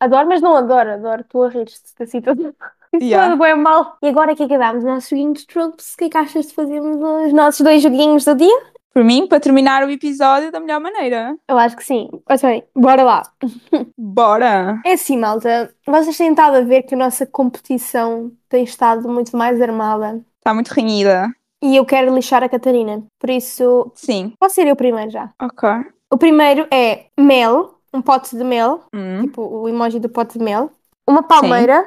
Adoro, mas não adoro, adoro. Tu a rir-te da situação. Yeah. Tudo bem mal. E agora que acabámos o nosso joguinho de tropes, o que é que achas de fazermos os nossos dois joguinhos do dia? Por mim, para terminar o episódio da melhor maneira. Eu acho que sim. Mas bem, bora lá. Bora! É assim, malta. Vocês têm estado a ver que a nossa competição tem estado muito mais armada. Está Tá muito renhida. E eu quero lixar a Catarina. Por isso, Sim. posso ser eu primeiro já. Ok. O primeiro é mel, um pote de mel, Hum. tipo o emoji do pote de mel. Uma palmeira,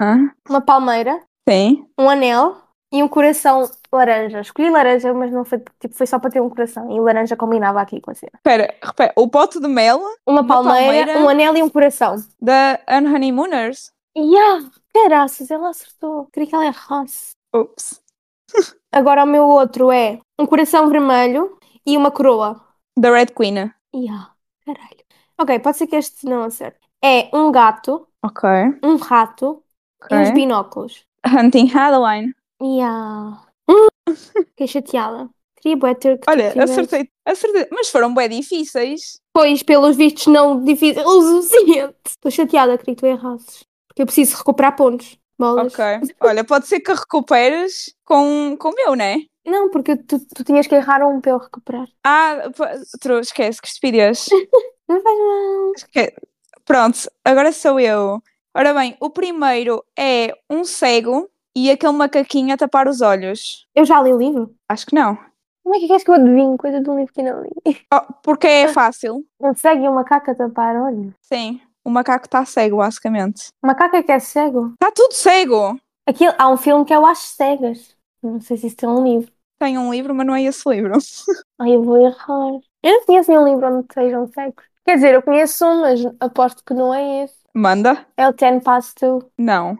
Hã? uma palmeira, Sim. um anel e um coração laranja. Escolhi laranja, mas não foi, tipo, foi só para ter um coração. E laranja combinava aqui com a cena. Espera, repara. O pote de mel Uma Uma palmeira, palmeira. um anel e um coração. da Unhoneymooners. Yeah! Caraças, ela acertou. Queria que ela errasse. Ups. Agora o meu outro é um coração vermelho e uma coroa. Da Red Queen. Yeah, caralho. Ok, pode ser que este não acerte. É um gato, Ok. um rato e uns ok. binóculos. Hunting Halloween. Yeah. Fiquei chateada. Queria bué ter que tu Olha, tivesses. acertei, acertei. Mas foram bem difíceis. Pois, pelos vistos, não difícil o suficiente. Estou chateada, queria que tu errasses. Porque eu preciso recuperar pontos. Bolas. Ok. Olha, pode ser que recuperes com, com o meu, né? Não, porque tu, tu tinhas que errar um para eu recuperar. Ah, p- tro- esquece, que estupidez. Não faz mal. Esque- Pronto, agora sou eu. Ora bem, o primeiro é um cego e aquele macaquinho a tapar os olhos. Eu já li o livro. Acho que não. Como é que queres que eu adivinhe coisa de um livro que não li? Oh, porque é fácil. Um cego e um macaco a tapar, olha. Sim, o macaco está cego, basicamente. O macaco é que é cego. Está tudo cego! Aquilo, há um filme que é o Às Cegas. Não sei se isso tem um livro. Tem um livro, mas não é esse livro. Ai, eu vou errar. Eu não conheço nenhum livro onde sejam cegos. Quer dizer, eu conheço um, mas aposto que não é esse. Manda? É o Ten Past Two. Não.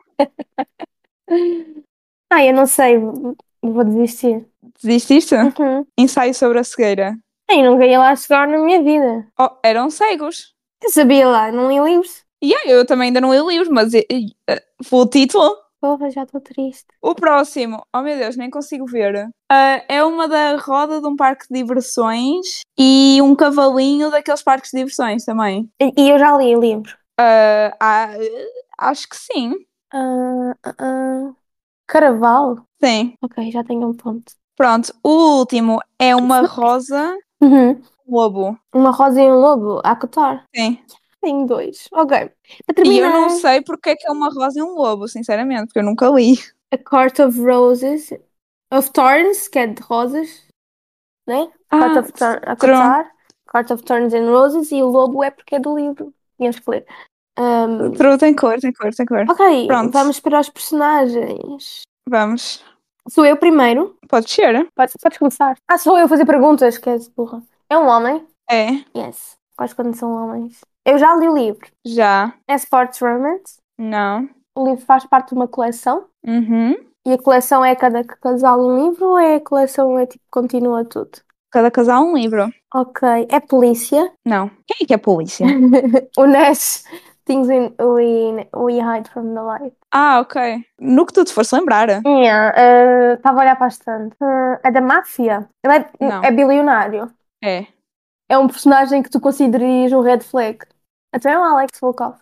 Ah, eu não sei, vou desistir. Desististe? Uhum. Ensaio sobre a cegueira. Eu nunca ia lá chegar na minha vida. Oh, eram cegos. Eu sabia lá, não li livros. E aí, eu também ainda não li livros, mas eh, eh, foi o título. Porra, já estou triste. O próximo, oh meu Deus, nem consigo ver. Ah, é uma da roda de um parque de diversões e um cavalinho daqueles parques de diversões também. E e eu já li o livro. Ah, ah, acho que sim. Ah, ah, ah. Caraval? Sim. Ok, já tenho um ponto. Pronto, o último é uma rosa um Uhum. lobo. Uma rosa e um lobo, a cotar. Sim. Tenho dois. Ok. Para E eu não terminar, sei porque é que é uma rosa e um lobo, sinceramente, porque eu nunca li. A Court of Roses, of Thorns, que é de rosas, né? Court of Thorns, a tron- cotar. Court of Thorns and Roses e o lobo é porque é do livro. Tínhamos que ler. Ahm, Tru, tem cor, tem cor, tem cor. ok, Pronto. vamos para os personagens. Vamos. Sou eu primeiro. Pode ser? Podes, podes começar. Ah, sou eu a fazer perguntas, esquece, burra. É um homem? É. Yes. Quais quando são homens? Eu já li o livro. Já. É Sports Romance. Não. O livro faz parte de uma coleção. Uhum. E a coleção é cada casal um livro ou é a coleção é tipo continua tudo? Cada casal um livro. Ok. É polícia. Não. Quem é que é polícia? o Nash. Things in, we, we hide from the light. ah, ok. No que tu te fores lembrar. Estava a olhar para a estante. Ah, uh, é da máfia. Ele é, Não. é bilionário. É. É um personagem que tu considerarias um red flag. Então é o Alex Volkov.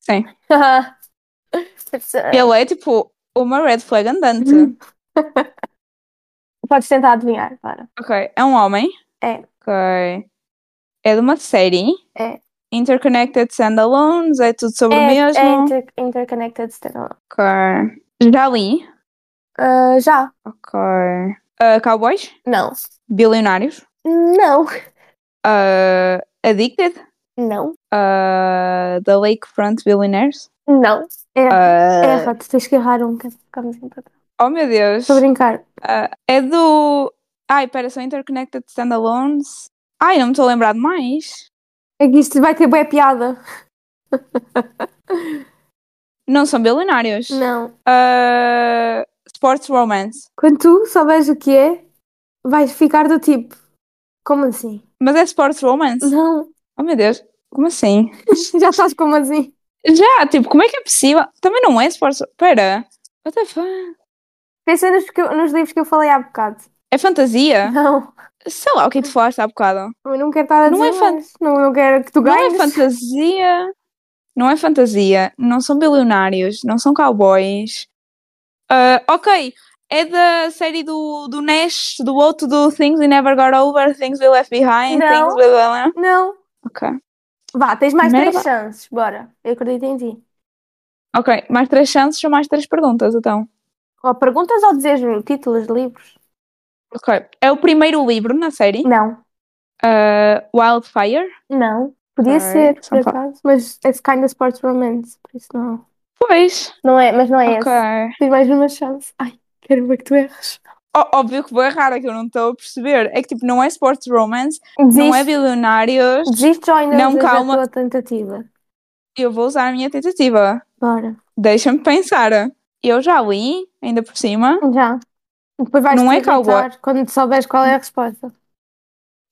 Sim. It's, uh, Ele é tipo uma red flag andante. Hum. Podes tentar adivinhar, para. Ok. É um homem. É. Ok. É de uma série. É. Interconnected Standalones. É tudo sobre o É, é mesmo. inter- interconnected standalone. Ok. Já li. Ah, já? Ok. Ah, cowboys. Não. Bilionários. Não. Ah, addicted. Não. Ah, The Lakefront Billionaires. Não. É, Ah, erra, tu tens que errar um bocado. Ficamos em papel. oh meu Deus. Estou a brincar. Ah, é do. Ai, pera, são Interconnected Standalones. Ai, não me estou a lembrar de mais. É que isto vai ter boa piada. Não são bilionários. Não. Ah, sports Romance. Quando tu souberes o que é, vais ficar do tipo. Como assim? Mas é Sports Romance? Não. Oh meu Deus, como assim? Já estás como assim? Já, tipo, como é que é possível? Também não é Sports. Pera, what the fuck? Pensa nos, que eu- nos livros que eu falei há bocado. É fantasia? Não. Sei lá o que é que tu falaste há bocado. Eu não quero estar a Não é dizer mais. Não, eu quero que tu Não é ganhes. fantasia. Não é fantasia. Não são bilionários. Não são cowboys. Ah, ok. É da série do, do Nash, do outro do Things We Never Got Over, Things We Left Behind, Não. Things We Left Não. Ok. Vá, tens mais Merda. três chances. Bora. Eu acredito em ti. Ok. Mais três chances ou mais três perguntas, então. Ou perguntas ou dizes títulos de livros? Ok. É o primeiro livro na série. Não. Ah, Wildfire. Não. Podia Ok, ser, são por quatro. acaso. então Mas é kind of sports romance. Por isso não. Pois. Não é, mas não é ok. esse. Tens mais uma chance. Ai, quero ver que tu erras. Ó- óbvio que vou errar, é que eu não estou a perceber. É que tipo, não é sports romance, não é Desiste, bilionários. desiste ou ainda Não, usas a calma. tua tentativa? Eu vou usar a minha tentativa. Bora. Deixa-me pensar. Eu já li, ainda por cima. Já. Depois vais Não te é cowboy. irritar quando souberes qual é a resposta.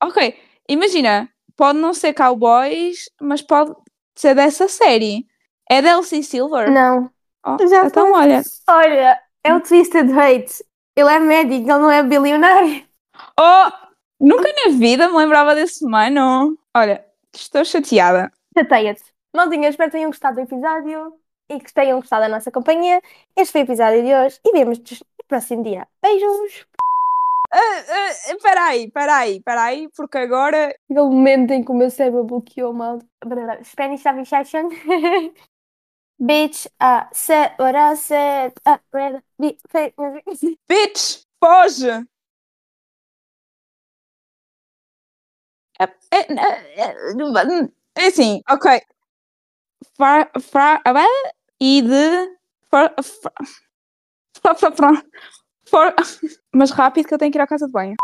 Ok, imagina, pode não ser Cowboys, mas pode ser dessa série. É da Elsie Silver? Não. Oh, Já então, foi. olha. Olha, é o Twisted Hate. Ele é médico, ele não é bilionário. Oh, nunca na vida me lembrava desse mano. Olha, estou chateada. Chateia-te. Maldinha, espero que tenham gostado do episódio e que tenham gostado da nossa companhia. Este foi o episódio de hoje e vemos-nos no próximo dia. Beijos! Ah, ah, peraí, peraí, peraí, porque agora Aquele momento em que o meu cérebro bloqueou mal. Spanish Aviation. Bitch, a se, ora, se, a, red, bi, fe, Bitch, foge! É, é, é, é, é assim, ok. Far, far, ah, ah, e de. For, for, for, for, for, mas rápido que eu tenho que ir à casa de banho.